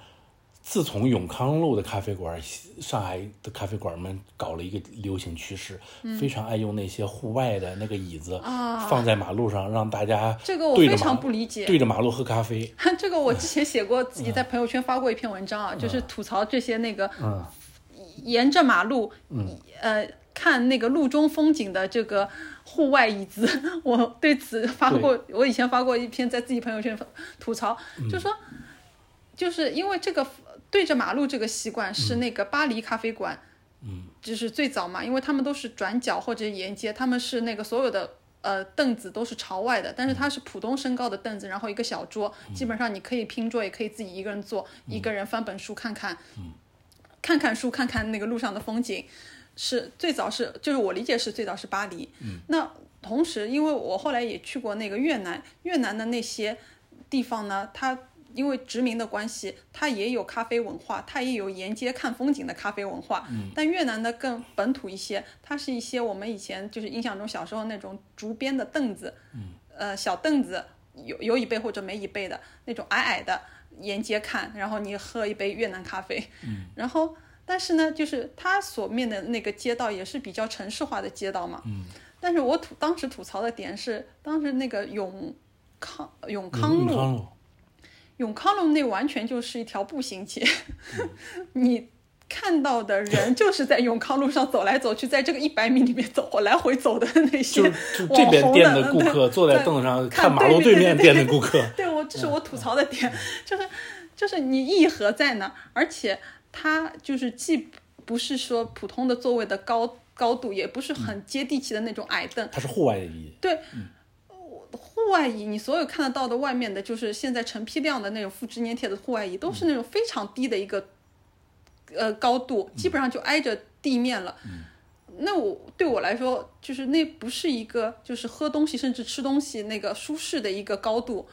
Speaker 3: 自从永康路的咖啡馆，上海的咖啡馆们搞了一个流行趋势，非常爱用那些户外的那个椅子
Speaker 2: 嗯啊
Speaker 3: 放在马路上，让大家
Speaker 2: 这个我
Speaker 3: 对着
Speaker 2: 非常
Speaker 3: 马
Speaker 2: 不理解
Speaker 3: 对着马路喝咖啡。
Speaker 2: 这个我之前写 过，自己在朋友圈发过一篇文章啊，就是吐槽这些那个
Speaker 3: 嗯，
Speaker 2: 沿着马路，呃，看那个路中风景的这个户外椅子， 我对此发过，我以前发过一篇在自己朋友圈吐槽，就说，就是因为这个对着马路这个习惯是那个巴黎咖啡馆，嗯，就是最早嘛，因为他们都是转角或者沿街，他们是那个所有的。呃，凳子都是朝外的，但是它是普通身高的凳子，然后一个小桌，基本上你可以拼桌，也可以自己一个人坐，一个人翻本书看看，看看书，看看那个路上的风景，是最早是就是我理解是最早是巴黎。嗯，那同时，因为我后来也去过那个越南，越南的那些地方呢，它因为殖民的关系，它也有咖啡文化，它也有沿街看风景的咖啡文化。嗯，但越南的更本土一些，它是一些我们以前就是印象中小时候那种竹编的凳子，嗯，呃，小凳子有有椅背或者没椅背的那种矮矮的。沿街看，然后你喝一杯越南咖啡，嗯，然后但是呢，就是它所面的那个街道也是比较城市化的街道嘛，嗯，但是我吐当时吐槽的点是，当时那个永康永康路，
Speaker 3: 永康路，
Speaker 2: 永康路那完全就是一条步行街，
Speaker 3: 嗯
Speaker 2: 你看到的人就是在永康路上走来走去，在这个一百米里面走来回走的那些
Speaker 3: 就是就这边
Speaker 2: 网红
Speaker 3: 店的顾
Speaker 2: 对
Speaker 3: 客坐在
Speaker 2: 对
Speaker 3: 凳子上
Speaker 2: 看
Speaker 3: 看马路
Speaker 2: 对
Speaker 3: 面
Speaker 2: 对
Speaker 3: 店的顾客，
Speaker 2: 对我，
Speaker 3: 嗯
Speaker 2: 这是我吐槽的点，就是就是你意义何在呢？而且它就是既不是说普通的座位的高高度，也不是
Speaker 3: 嗯
Speaker 2: 很接地气的那种矮凳，
Speaker 3: 它是户外的椅。
Speaker 2: 对。我户外椅，你所有看得到的外面的，就是现在成批量的那种复制粘贴的户外椅，都是那种非常低的一个，呃，高度，基本上就挨着地面了。那我对我来说，就是那不是一个就是喝东西甚至吃东西那个舒适的一个高度。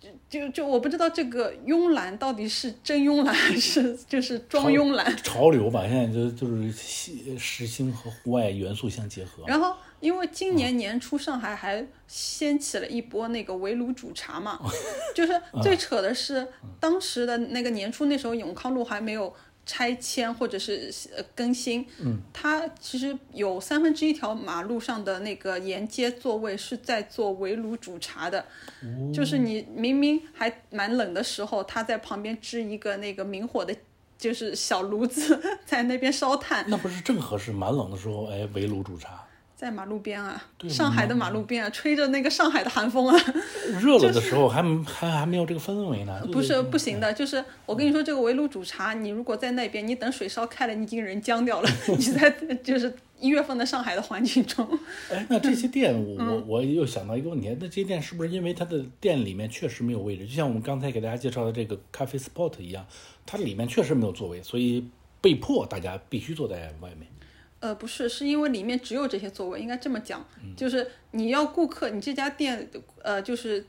Speaker 2: 就就就我不知道这个慵懒到底是真慵懒还是就是装慵懒。
Speaker 3: 潮流吧，现在就就是西时兴和户外元素相结合。
Speaker 2: 然后，因为今年年初上海还掀起了一波那个围炉煮茶嘛， 就是最扯的是当时的那个年初，那时候永康路还没有拆迁或者是呃更新，嗯，它其实有三分之一条马路上的那个沿街座位是在做围炉煮茶的，就是你明明还蛮冷的时候，他在旁边支一个那个明火的。就是小炉子 在那边烧炭，
Speaker 3: 那不是正合适？蛮冷的时候，哎，围炉煮茶；
Speaker 2: 在马路边啊，
Speaker 3: 对
Speaker 2: 上海的马路边啊，吹着那个上海的寒风啊，
Speaker 3: 热了的时候还还还没有这个氛围呢。
Speaker 2: 不是
Speaker 3: 对
Speaker 2: 不行的。就是我跟你说，这个围炉煮茶，你如果在那边，你等水烧开了，你已经人僵掉了。 你在就是一月份的上海的环境中，
Speaker 3: 哎，那这些店，
Speaker 2: 嗯
Speaker 3: 我我我又想到一个问题，那这些店是不是因为它的店里面确实没有位置？就像我们刚才给大家介绍的这个咖啡 spot 一样，它里面确实没有座位，所以被迫大家必须坐在外面。
Speaker 2: 呃，不是，是因为里面只有这些座位，应该这么讲，就是你要顾客，你这家店，呃，就是。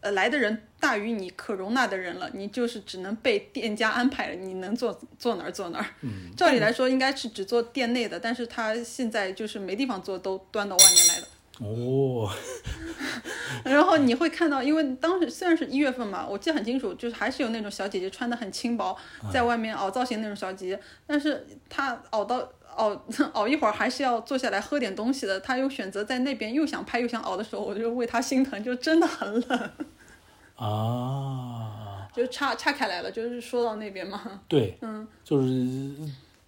Speaker 2: 呃，来的人大于你可容纳的人了，你就是只能被店家安排了，你能坐坐哪儿坐哪儿。嗯，照理来说应该是只坐店内的，但是他现在就是没地方坐，都端到外面来了。
Speaker 3: 哦，
Speaker 2: 然后你会看到，因为当时虽然是一月份嘛，我记得很清楚，就是还是有那种小姐姐穿的很轻薄，
Speaker 3: 嗯
Speaker 2: 在外面熬造型那种小姐姐，但是她熬到熬 熬一会儿，还是要坐下来喝点东西的。她又选择在那边又想拍又想熬的时候，我就为她心疼，就真的很冷，
Speaker 3: 啊，
Speaker 2: 就岔岔开来了，就是说到那边嘛，
Speaker 3: 对，嗯，就是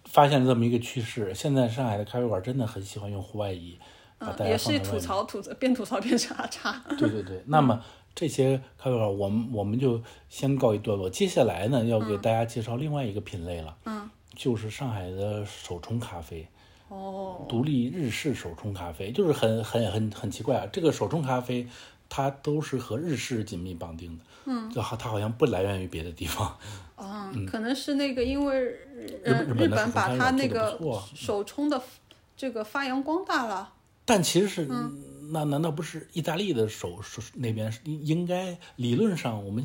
Speaker 3: 发现这么一个趋势，现在上海的咖啡馆真的很喜欢用户外椅，把
Speaker 2: 嗯，
Speaker 3: 大家
Speaker 2: 也是
Speaker 3: 放在外
Speaker 2: 吐
Speaker 3: 面。
Speaker 2: 槽吐槽，边吐槽边查查。
Speaker 3: 对对对，那么这些咖啡馆，我们我们就先告一段落。接下来呢，要给大家介绍另外一个品类了，嗯，就是上海的手冲咖啡，
Speaker 2: 哦，
Speaker 3: 独立日式手冲咖啡，就是很很很很奇怪啊，这个手冲咖啡。它都是和日式紧密绑定的，嗯，就好，它好像不来源于别的地方，
Speaker 2: 啊，可能是那个，因为呃
Speaker 3: 本嗯日
Speaker 2: 日
Speaker 3: 本的
Speaker 2: 本
Speaker 3: 手
Speaker 2: 把
Speaker 3: 冲
Speaker 2: 它
Speaker 3: 还是
Speaker 2: 那
Speaker 3: 做得
Speaker 2: 个
Speaker 3: 不错啊
Speaker 2: 手冲的这个发扬光大了。
Speaker 3: 但其实是，那难道不是意大利的手手那边是应应该理论上我们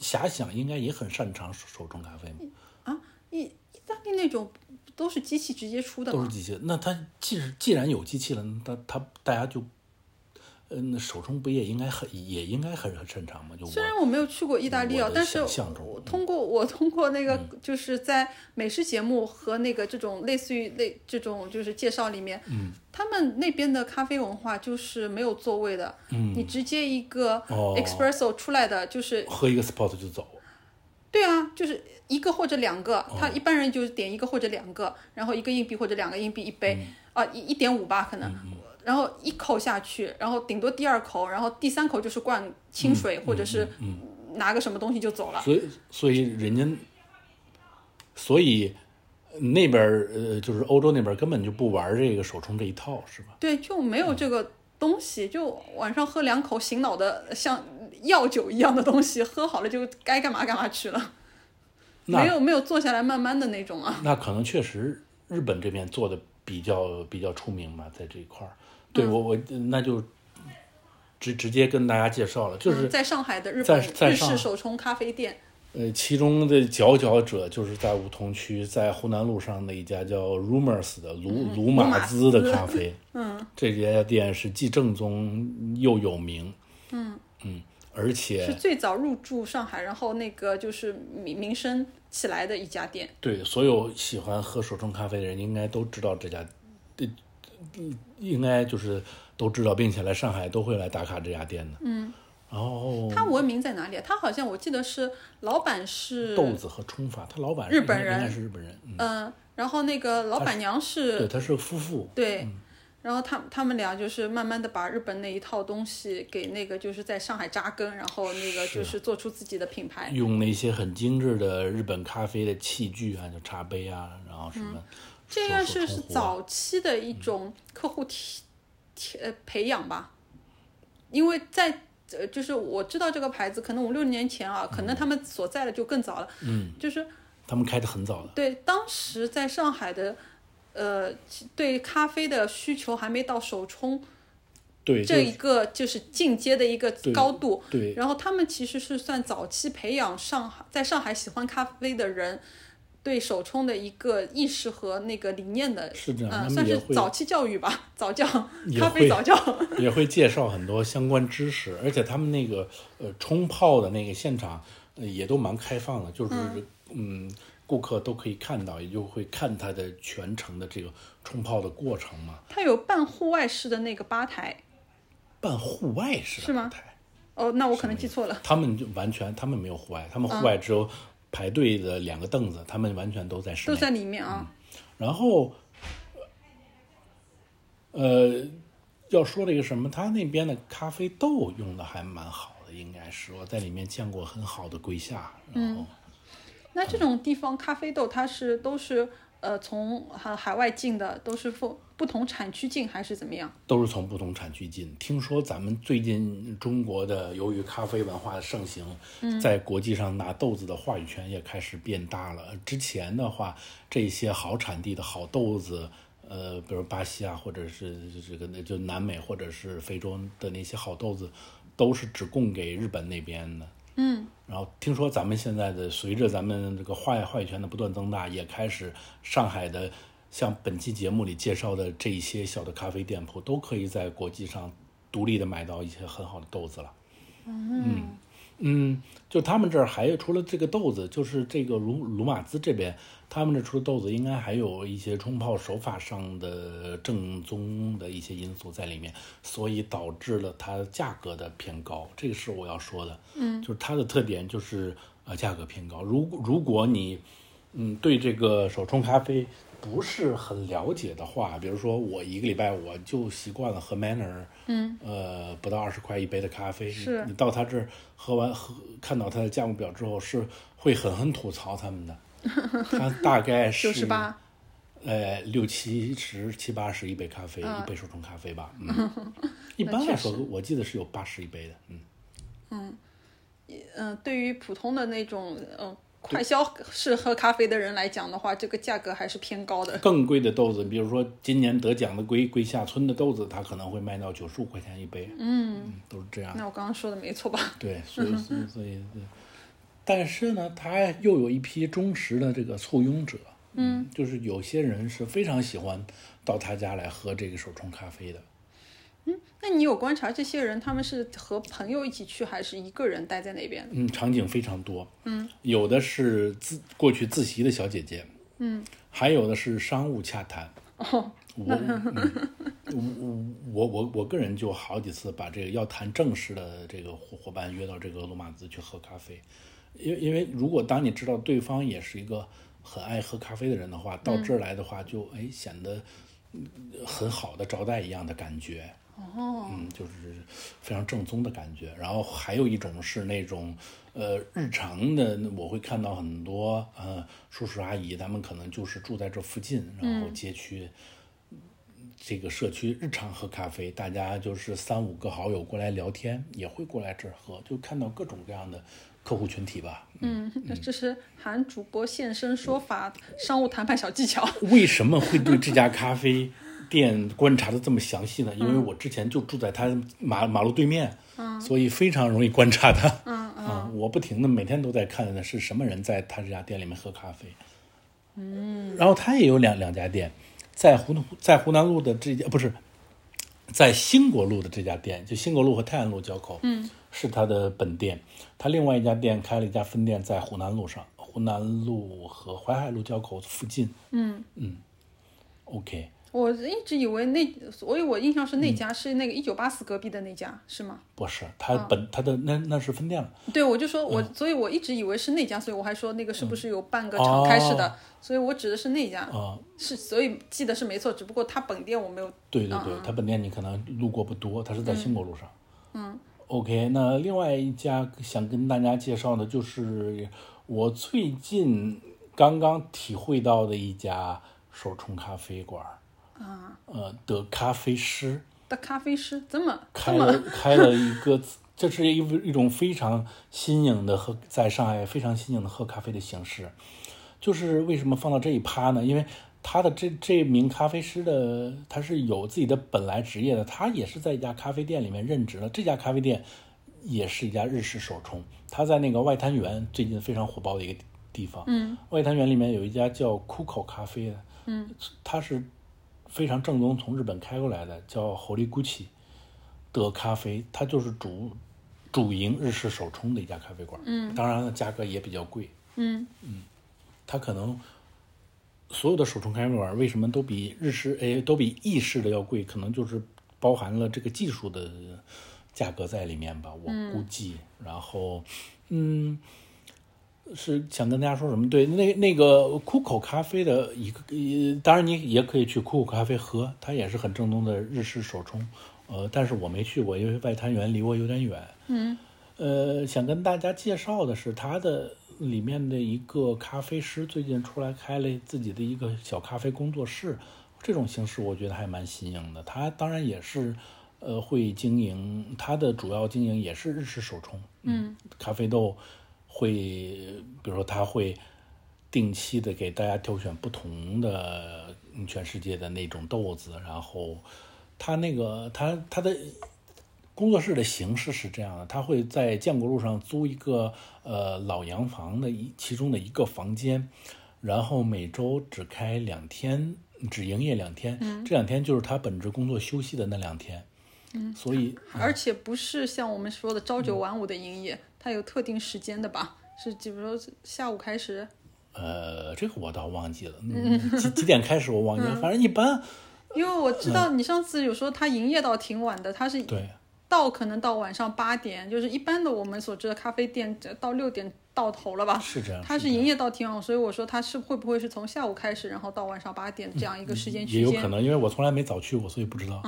Speaker 3: 遐想应该也很擅长手手冲咖啡吗？
Speaker 2: 啊，意意大利那种都是机器直接出的
Speaker 3: 都是
Speaker 2: 嘛？
Speaker 3: 机器。那它既是既然有机器了，那它它大家就嗯，手冲不也应该很也应该很很正常嘛？就
Speaker 2: 虽然我没有去过意大利啊
Speaker 3: 我，的
Speaker 2: 但是
Speaker 3: 想象中嗯
Speaker 2: 我通过我通过那个就是在美食节目和那个这种类似于类这种就是介绍里面，嗯，他们那边的咖啡文化就是没有座位的，嗯，你直接一个
Speaker 3: 哦
Speaker 2: espresso 出来的就是
Speaker 3: 喝一个 spot 就走，
Speaker 2: 对啊，就是一个或者两个，
Speaker 3: 哦
Speaker 2: 他一般人就是点一个或者两个，然后一个硬币或者两个硬币一杯，
Speaker 3: 嗯
Speaker 2: 啊一一点五吧可能，然后一口下去，然后顶多第二口，然后第三口就是灌清水、
Speaker 3: 嗯
Speaker 2: 或者是拿个什么东西就走了。
Speaker 3: 所以所以人家，所以那边儿呃就是欧洲那边儿根本就不玩这个手冲这一套是吧？
Speaker 2: 对，就没
Speaker 3: 嗯
Speaker 2: 有这个东西，就晚上喝两口醒脑的像药酒一样的东西，喝好了就该干嘛干嘛去了，
Speaker 3: 那
Speaker 2: 没有没有坐下来慢慢的那种啊。
Speaker 3: 那可能确实日本这边做的比较比较出名嘛，在这一块儿。
Speaker 2: 嗯
Speaker 3: 对我我那就直直接跟大家介绍了，就是
Speaker 2: 嗯在上海的日
Speaker 3: 在
Speaker 2: 本
Speaker 3: 在
Speaker 2: 日
Speaker 3: 上海
Speaker 2: 式手冲咖啡店，
Speaker 3: 呃，其中的佼佼者就是在梧桐区，在湖南路上的一家叫 Rumors 的卢嗯卢马兹的咖啡。 嗯，这家店是既正宗又有名。嗯嗯，而
Speaker 2: 是
Speaker 3: 且
Speaker 2: 最早入驻上海，然后那个就是名名声起来的一家店。
Speaker 3: 对所有喜欢喝手冲咖啡的人，应该都知道这家，对，应该就是都知道，并且来上海都会来打卡这家店的。嗯，然后
Speaker 2: 它闻名在哪里啊？它好像我记得是老板是
Speaker 3: 豆子和冲法，他老板是
Speaker 2: 日本
Speaker 3: 应该应该
Speaker 2: 人
Speaker 3: 是日本人，嗯，
Speaker 2: 嗯、然后那个老板娘
Speaker 3: 对，嗯
Speaker 2: 是
Speaker 3: 他是夫妇。
Speaker 2: 对。然后他他们俩就是慢慢的把日本那一套东西给那个就是在上海扎根，然后那个
Speaker 3: 啊
Speaker 2: 就是做出自己的品牌。
Speaker 3: 用那些很精致的日本咖啡的器具啊，就茶杯啊，然后什么手
Speaker 2: 这应
Speaker 3: 手冲壶啊，嗯
Speaker 2: 该是是早期的一种客户体体呃培养吧，因为在呃就是我知道这个牌子，可能五六年前啊，可
Speaker 3: 嗯
Speaker 2: 能他们所在的就更早了，嗯，就是
Speaker 3: 他们开的很早的，
Speaker 2: 对当时在上海的。呃，其对咖啡的需求还没到手冲
Speaker 3: 对，
Speaker 2: 这
Speaker 3: 就
Speaker 2: 一个就是进阶的一个
Speaker 3: 对
Speaker 2: 高度，
Speaker 3: 对
Speaker 2: 然后他们其实是算早期培养上海在上海喜欢咖啡的人对手冲的一个意识和那个理念的，
Speaker 3: 是这样他
Speaker 2: 嗯，
Speaker 3: 们
Speaker 2: 算
Speaker 3: 也
Speaker 2: 是
Speaker 3: 会
Speaker 2: 早期教育吧， 早教
Speaker 3: 也
Speaker 2: 咖啡
Speaker 3: 会
Speaker 2: 早教，
Speaker 3: 也会介绍很多相关知识，而且他们那个呃冲泡的那个现场、呃也都蛮开放的，就是嗯顾客都可以看到，也就会看他的全程的这个冲泡的过程嘛。
Speaker 2: 它有半户外式的那个吧台，
Speaker 3: 办户外式的
Speaker 2: 是吗
Speaker 3: 吧台
Speaker 2: 哦，那我可能记错了，
Speaker 3: 他们就完全他们没有户外，他们
Speaker 2: 嗯
Speaker 3: 户外只有排队的两个凳子，他们完全都在室
Speaker 2: 都
Speaker 3: 内。
Speaker 2: 在里面啊，
Speaker 3: 嗯然后，呃，要说这个什么，他那边的咖啡豆用的还蛮好的，应该是我在里面见过很好的龟下，然后、
Speaker 2: 那这种地方咖啡豆它是都是呃从海海外进的，都是不不同产区进还是怎么样？
Speaker 3: 都是从不同产区进。听说咱们最近中国的由于咖啡文化的盛行，在国际上拿豆子的话语权也开始变大了。之前的话，这些好产地的好豆子。呃，比如巴西啊，或者是这个那就南美或者是非洲的那些好豆子，都是只供给日本那边的。然后听说咱们现在的随着咱们这个话语话语权的不断增大，也开始上海的像本期节目里介绍的这一些小的咖啡店铺，都可以在国际上独立的买到一些很好的豆子了。嗯，就他们这儿还有除了这个豆子，就是这个卢卢马兹这边，他们这除了豆子，应该还有一些冲泡手法上的正宗的一些因素在里面，所以导致了它价格的偏高。这个是我要说的，嗯，就是它的特点就是呃价格偏高。如如果你嗯对这个手冲咖啡不是很了解的话，比如说我一个礼拜我就习惯了喝 Manner，嗯，呃不到二十块一杯的咖啡，
Speaker 2: 是
Speaker 3: 你你到他这儿喝完喝，看到他的价目表之后，是会狠狠吐槽他们的。他大 概是
Speaker 2: 九十八，
Speaker 3: 呃，六七十、七八十一杯咖啡，
Speaker 2: 啊
Speaker 3: 一杯手冲咖啡吧。 嗯，一般来说，我记得是有八十一杯的。嗯，
Speaker 2: 嗯、对于普通的那种嗯快消式喝咖啡的人来讲的话，这个价格还是偏高的。
Speaker 3: 更贵的豆子，比如说今年得奖的龟龟下村的豆子，它可能会卖到九十五块钱一杯。嗯，都是这样。
Speaker 2: 那我刚刚说的没错吧？
Speaker 3: 对，所以所以所以，对但是呢，他又有一批忠实的这个簇拥者，嗯，就是有些人是非常喜欢到他家来喝这个手冲咖啡的，
Speaker 2: 那你有观察这些人，他们是和朋友一起去，还是一个人待在那边？
Speaker 3: 嗯，场景非常多，嗯，有的是自过去自习的小姐姐，嗯，哦还有的是商务洽谈。我、嗯、我我我我个人就好几次把这个要谈正事的这个伙伙伴约到这个罗马兹去喝咖啡，因为因为如果当你知道对方也是一个很爱喝咖啡的人的话，到这儿来的话就哎显得嗯很好的招待一样的感觉。
Speaker 2: 哦，
Speaker 3: 嗯，就是非常正宗的感觉。然后还有一种是那种，呃，日常的，我会看到很多呃叔叔阿姨，他们可能就是住在这附近，然后街区、这个社区日常喝咖啡，大家就是三五个好友过来聊天，也会过来这儿喝，就看到各种各样的客户群体吧。
Speaker 2: 嗯， 这是韩主播现身说法，商务谈判小技巧。
Speaker 3: 为什么会对这家咖啡店观察的这么详细呢？因为我之前就住在它马马路对面，所以非常容易观察它。嗯我不停的每天都在看是什么人在他这家店里面喝咖啡。嗯，然后它也有两两家店，在湖南在湖南路的这家不是，在兴国路的这家店，就兴国路和泰安路交口，嗯，是它的本店。它另外一家店开了一家分店在湖南路上，湖南路和淮海路交口附近。嗯嗯，OK。
Speaker 2: 我一直以为那，所以我印象是
Speaker 3: 嗯
Speaker 2: 那家是那个一九八四隔壁的那家，是吗？
Speaker 3: 不是，它本它的那那是分店了。
Speaker 2: 对，我就说我，
Speaker 3: 嗯
Speaker 2: 所以我一直以为是那家，所以我还说那个是不是有半个常开式的，
Speaker 3: 哦
Speaker 2: 所以我指的是那家，
Speaker 3: 哦
Speaker 2: 是，所以记得是没错，只不过它本店我没有，
Speaker 3: 对对对，它本店你可能路过不多，它是在兴国路上。嗯。OK，那另外一家想跟大家介绍的就是我最近刚刚体会到的一家手冲咖啡馆啊，呃的咖啡师。
Speaker 2: 的咖啡师这么这
Speaker 3: 开
Speaker 2: 么
Speaker 3: 了开了一个，这是一一种非常新颖的喝，在上海非常新颖的喝咖啡的形式。就是为什么放到这一趴呢？因为他的这这名咖啡师的他是有自己的本来职业的，他也是在一家咖啡店里面任职的。这家咖啡店也是一家日式手冲，他在那个外滩源最近非常火爆的一个地方。嗯，外滩源里面有一家叫酷口咖啡的，嗯，它是非常正宗从日本开过来的，叫 Holy Gucci。的咖啡，它就是主主营日式手冲的一家咖啡馆。嗯，当然了，价格也比较贵。
Speaker 2: 嗯
Speaker 3: 它可能所有的手冲咖啡馆为什么都比日式哎都比意式的要贵，可能就是包含了这个技术的价格在里面吧，我估计。然后，嗯。是想跟大家说什么？对，那那个酷口咖啡的一个，呃当然你也可以去酷口咖啡喝，它也是很正宗的日式手冲。呃，但是我没去过，因为外滩源离我有点远。
Speaker 2: 嗯
Speaker 3: 呃，想跟大家介绍的是，它的里面的一个咖啡师最近出来开了自己的一个小咖啡工作室，这种形式我觉得还蛮新颖的。他当然也是，呃，会经营，他的主要经营也是日式手冲，嗯，咖啡豆会，比如说他会定期的给大家挑选不同的嗯全世界的那种豆子，然后他那个他他的工作室的形式是这样的，他会在建国路上租一个呃老洋房的一其中的一个房间，然后每周只开两天，只营业两天，
Speaker 2: 嗯
Speaker 3: 这两天就是他本职工作休息的那两天，嗯，所以
Speaker 2: 而且不是像我们说的朝九晚五的营业，它有特定时间的吧？是，比如说下午开始，
Speaker 3: 呃这个我倒忘记了， 嗯、几几点开始我忘
Speaker 2: 嗯
Speaker 3: 记了，反正一般
Speaker 2: 因为我知道你上次有说它营业到挺晚的，它是
Speaker 3: 嗯对
Speaker 2: 到可能到晚上八点，就是一般的我们所知的咖啡店呃到六点到头了吧？
Speaker 3: 是这样，
Speaker 2: 它
Speaker 3: 是
Speaker 2: 是
Speaker 3: 这样
Speaker 2: 营业到挺晚，所以我说它是会不会是从下午开始，然后到晚上八点这样一个时间
Speaker 3: 嗯也
Speaker 2: 区
Speaker 3: 有
Speaker 2: 间？
Speaker 3: 可能，因为我从来没早去过，所以不知道，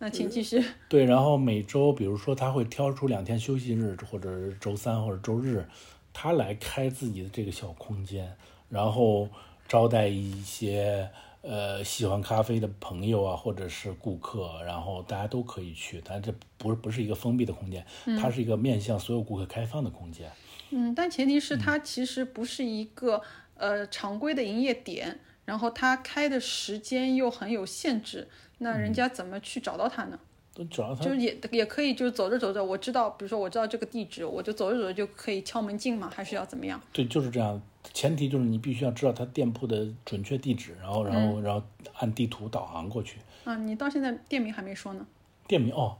Speaker 2: 那请继续。
Speaker 3: 对，然后每周，比如说他会挑出两天休息日，或者是周三或者周日，他来开自己的这个小空间，然后招待一些呃喜欢咖啡的朋友啊，或者是顾客，然后大家都可以去。但这不是不是一个封闭的空间，它是一个面向所有顾客开放的空间。
Speaker 2: 嗯，但前提是它其实不是一个呃常规的营业点，然后它开的时间又很有限制，那人家怎么去找到它呢？
Speaker 3: 都主要他
Speaker 2: 就是也也可以，就是走着走着，我知道，比如说我知道这个地址，我就走着走着就可以敲门进嘛，还是要怎么样？
Speaker 3: 对，就是这样。前提就是你必须要知道他店铺的准确地址，然后然后、然后按地图导航过去。
Speaker 2: 啊，你到现在店名还没说呢。
Speaker 3: 店名哦，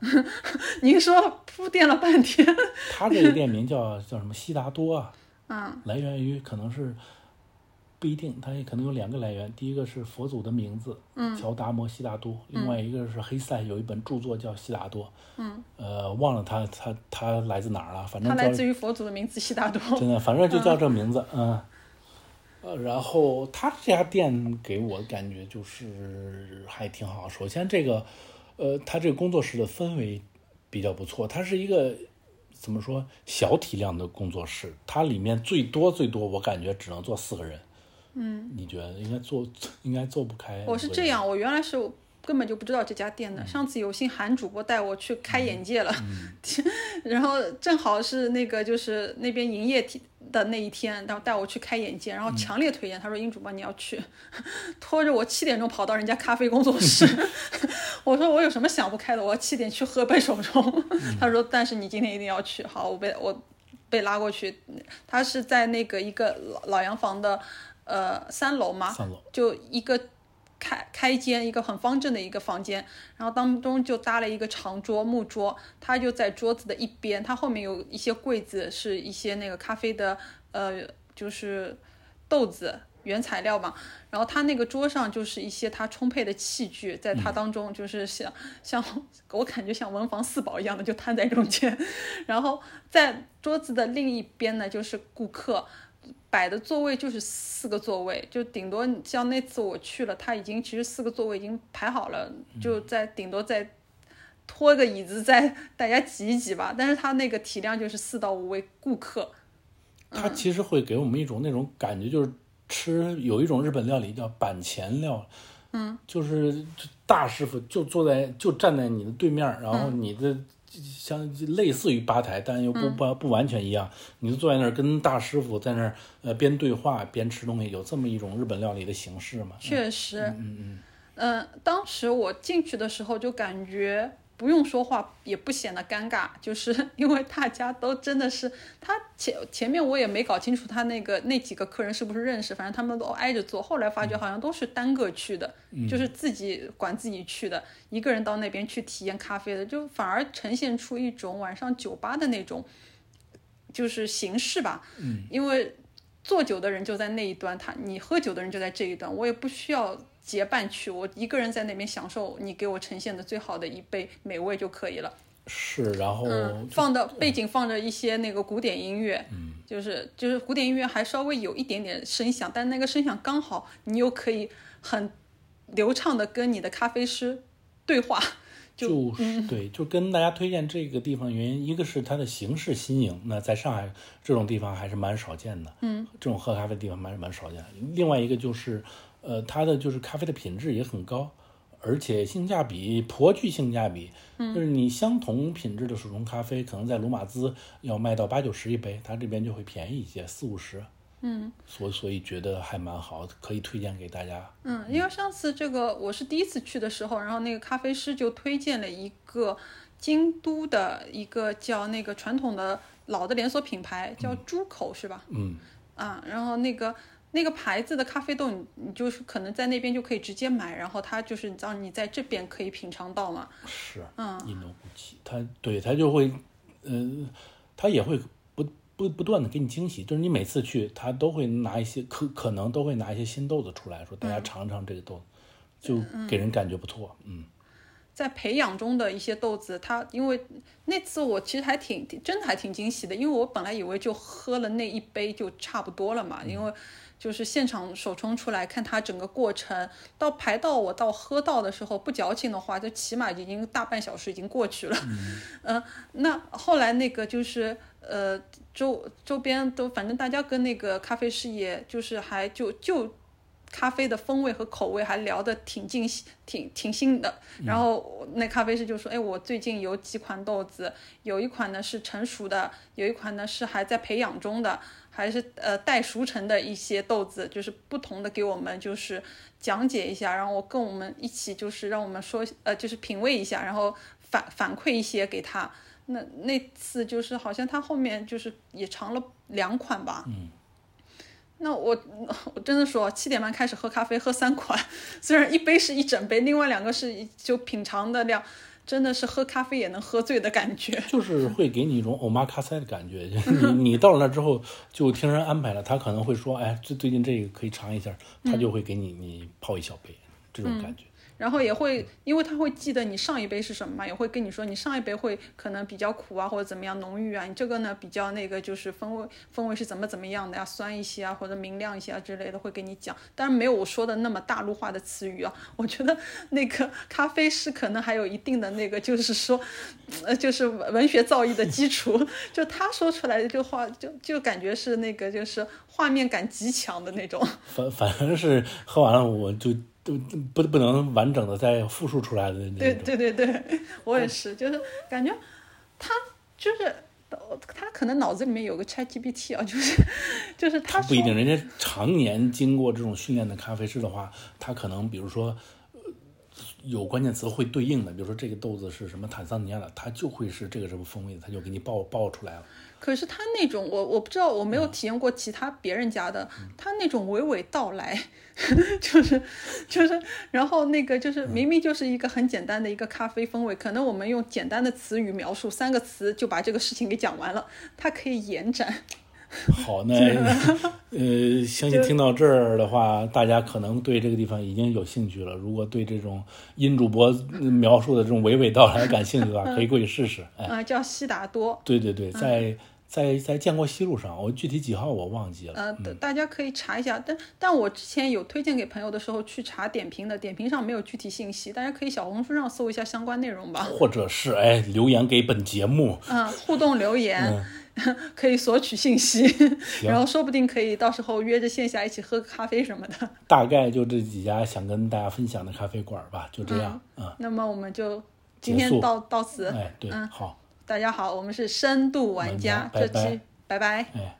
Speaker 2: 您说铺垫了半天，
Speaker 3: 它这个店名叫叫什么悉达多啊，
Speaker 2: 嗯
Speaker 3: 来源于可能是不一定，它也可能有两个来源，第一个是佛祖的名字，嗯，乔达摩悉达多，另外一个是黑塞有一本著作叫《悉达多》，嗯，呃，忘了他他他来自哪儿了，反正
Speaker 2: 它来
Speaker 3: 叫
Speaker 2: 自于佛祖的名字悉达多。
Speaker 3: 真的，反正就叫这名字，嗯。呃，然后他这家店给我感觉就是还挺好。首先，这个，呃，他这个工作室的氛围比较不错。它是一个怎么说小体量的工作室，它里面最多最多，我感觉只能坐四个人。嗯，你觉得应该坐应该坐不开？
Speaker 2: 我哦是这，样，我原来是根本就不知道这家店的。上次有幸韩主播带我去开眼界了， 然后正好是那个就是那边营业体的那一天，然后带我去开眼界，然后强烈推荐，他说殷主播你要去， 拖着我七点钟跑到人家咖啡工作室，我说我有什么想不开的，我要七点去喝杯手冲，他说但是你今天一定要去，好，我被我。被拉过去，他是在那个一个老老洋房的，呃，三楼嘛，
Speaker 3: 三楼
Speaker 2: 就一个开开间，一个很方正的一个房间，然后当中就搭了一个长桌木桌，它就在桌子的一边，它后面有一些柜子，是一些那个咖啡的呃，就是豆子。原材料嘛，然后它那个桌上就是一些它充沛的器具，在它当中就是像、像我感觉像文房四宝一样的就摊在中间，然后在桌子的另一边呢就是顾客，摆的座位就是四个座位，就顶多像那次我去了，他已经其实四个座位已经排好了，就在顶多再拖个椅子再 大家挤一挤吧。但是他那个体量就是四到五位顾客，
Speaker 3: 它其实会给我们一种那种感觉，就是吃有一种日本料理叫板前料，嗯，就是大师傅就坐在就站在你的对面儿，然后你的。像类似于吧台，但又不不不完全一样。你就坐在那儿跟大师傅在那儿，呃，边对话边吃东西，有这么一种日本料理的形式嘛？
Speaker 2: 确实，嗯嗯、当时我进去的时候就感觉不用说话也不显得尴尬，就是 因为大家都真的是他前前面我也没搞清楚他那个那几个客人是不是认识，反正他们都挨着坐。后来发觉好像都是单个去的，就是自己管自己去的，一个人到那边去体验咖啡的，就反而呈现出一种晚上酒吧的那种。就是形式吧，嗯，因为做酒的人就在那一端，他你喝酒的人就在这一端，我也不需要结伴去，我一个人在那边享受你给我呈现的最好的一杯美味就可以了。
Speaker 3: 是，然后
Speaker 2: 嗯，放的背景放着一些那个古典音乐，嗯，就是就是古典音乐还稍微有一点点声响，但那个声响刚好，你又可以很流畅的跟你的咖啡师对话，
Speaker 3: 就是、嗯对，就跟大家推荐这个地方原因，一个是它的形式新颖，那在上海这种地方还是蛮少见的，嗯，这种喝咖啡的地方蛮蛮少见的。另外一个就是，呃，它的就是咖啡的品质也很高，而且性价比颇具性价比，嗯，就是你相同品质的手冲咖啡，可能在卢马兹要卖到八九十一杯，它这边就会便宜一些，四五十，嗯，所所以觉得还蛮好，可以推荐给大家。
Speaker 2: 嗯，因为上次这个我是第一次去的时候，然后那个咖啡师就推荐了一个京都的一个叫那个传统的老的连锁品牌，叫猪口、是吧？
Speaker 3: 嗯，
Speaker 2: 啊，然后那个那个牌子的咖啡豆你，你就是可能在那边就可以直接买，然后它就是让你在这边可以品尝到嘛。
Speaker 3: 是，印度古奇，他对他就会，呃，他也会不不不断的给你惊喜，就是你每次去，他都会拿一些可可能都会拿一些新豆子出来，说大家尝尝这个豆子，就给人感觉不错，嗯，
Speaker 2: 在培养中的一些豆子，它因为那次我其实还挺真的还挺惊喜的，因为我本来以为就喝了那一杯就差不多了嘛，因为就是现场手冲出来看它整个过程，到排到我到喝到的时候不矫情的话，就起码已经大半小时已经过去了。 嗯、那后来那个就是呃周周边都反正大家跟那个咖啡师也就是还就就咖啡的风味和口味还聊得挺尽兴，挺挺新的。然后我那咖啡师就说：“哎，我最近有几款豆子，有一款呢是成熟的，有一款呢是还在培养中的，还是呃待熟成的一些豆子，就是不同的给我们就是讲解一下，然后我跟我们一起就是让我们说呃就是品味一下，然后反 反馈一些给他。那那次就是好像他后面就是也尝了两款吧，那我我真的说，七点半开始喝咖啡，喝三款，虽然一杯是一整杯，另外两个是一就品尝的量，真的是喝咖啡也能喝醉的感觉。
Speaker 3: 就是会给你一种欧玛卡塞的感觉。 就是你你到了那之后，就听人安排了，他可能会说，哎，这最近这个可以尝一下，他就会给你你泡一小杯，这种感觉。
Speaker 2: 然后也会，因为他会记得你上一杯是什么嘛，也会跟你说你上一杯会可能比较苦啊，或者怎么样浓郁啊，你这个呢比较那个就是风味风味是怎么怎么样的呀、酸一些啊，或者明亮一些啊之类的会给你讲，当然没有我说的那么大陆化的词语啊。我觉得那个咖啡师可能还有一定的那个就是说，呃，就是文学造诣的基础，就他说出来的就话就就感觉是那个就是画面感极强的那种。
Speaker 3: 反反正是喝完了，我就就不不能完整的再复述出来的那种。嗯
Speaker 2: 对对对对，我也是，就是感觉他就是他可能脑子里面有个 ChatGPT 啊，就是就是他
Speaker 3: 不一
Speaker 2: 说
Speaker 3: 定，人家常年经过这种训练的咖啡师的话，他可能比如说。呃有关键词会对应的，比如说这个豆子是什么坦桑尼亚的，它就会是这个什么风味的，它就给你爆爆出来了。
Speaker 2: 可是他那种我我不知道，我没
Speaker 3: 嗯
Speaker 2: 有体验过其他别人家的，他那种娓娓道来， 就是就是，然后那个就是
Speaker 3: 嗯
Speaker 2: 明明就是一个很简单的一个咖啡风味，可能我们用简单的词语描述三个词就把这个事情给讲完了，他可以延展。
Speaker 3: 好，那呃，相信听到这儿的话，大家可能对这个地方已经有兴趣了。如果对这种音主播呃描述的这种娓娓道来感兴趣的话，可以过去试试。哎，
Speaker 2: 啊、叫悉达多。
Speaker 3: 对对对，在在在建国西路上，我具体几号我忘记了。
Speaker 2: 呃，大大家可以查一下，但但我之前有推荐给朋友的时候去查点评的，点评上没有具体信息，大家可以小红书上搜一下相关内容吧。
Speaker 3: 或者是哎，留言给本节目，
Speaker 2: 嗯，互动留言、
Speaker 3: 嗯
Speaker 2: 可以索取信息，然后说不定可以到时候约着线下一起喝个咖啡什么的。
Speaker 3: 大概就这几家想跟大家分享的咖啡馆吧，就这样。嗯，
Speaker 2: 那么我们就
Speaker 3: 结
Speaker 2: 今天
Speaker 3: 束
Speaker 2: 到到此，
Speaker 3: 哎，对，好，
Speaker 2: 大家好，我们是深度玩
Speaker 3: 玩
Speaker 2: 家
Speaker 3: 家，拜
Speaker 2: 这期拜拜
Speaker 3: 哎。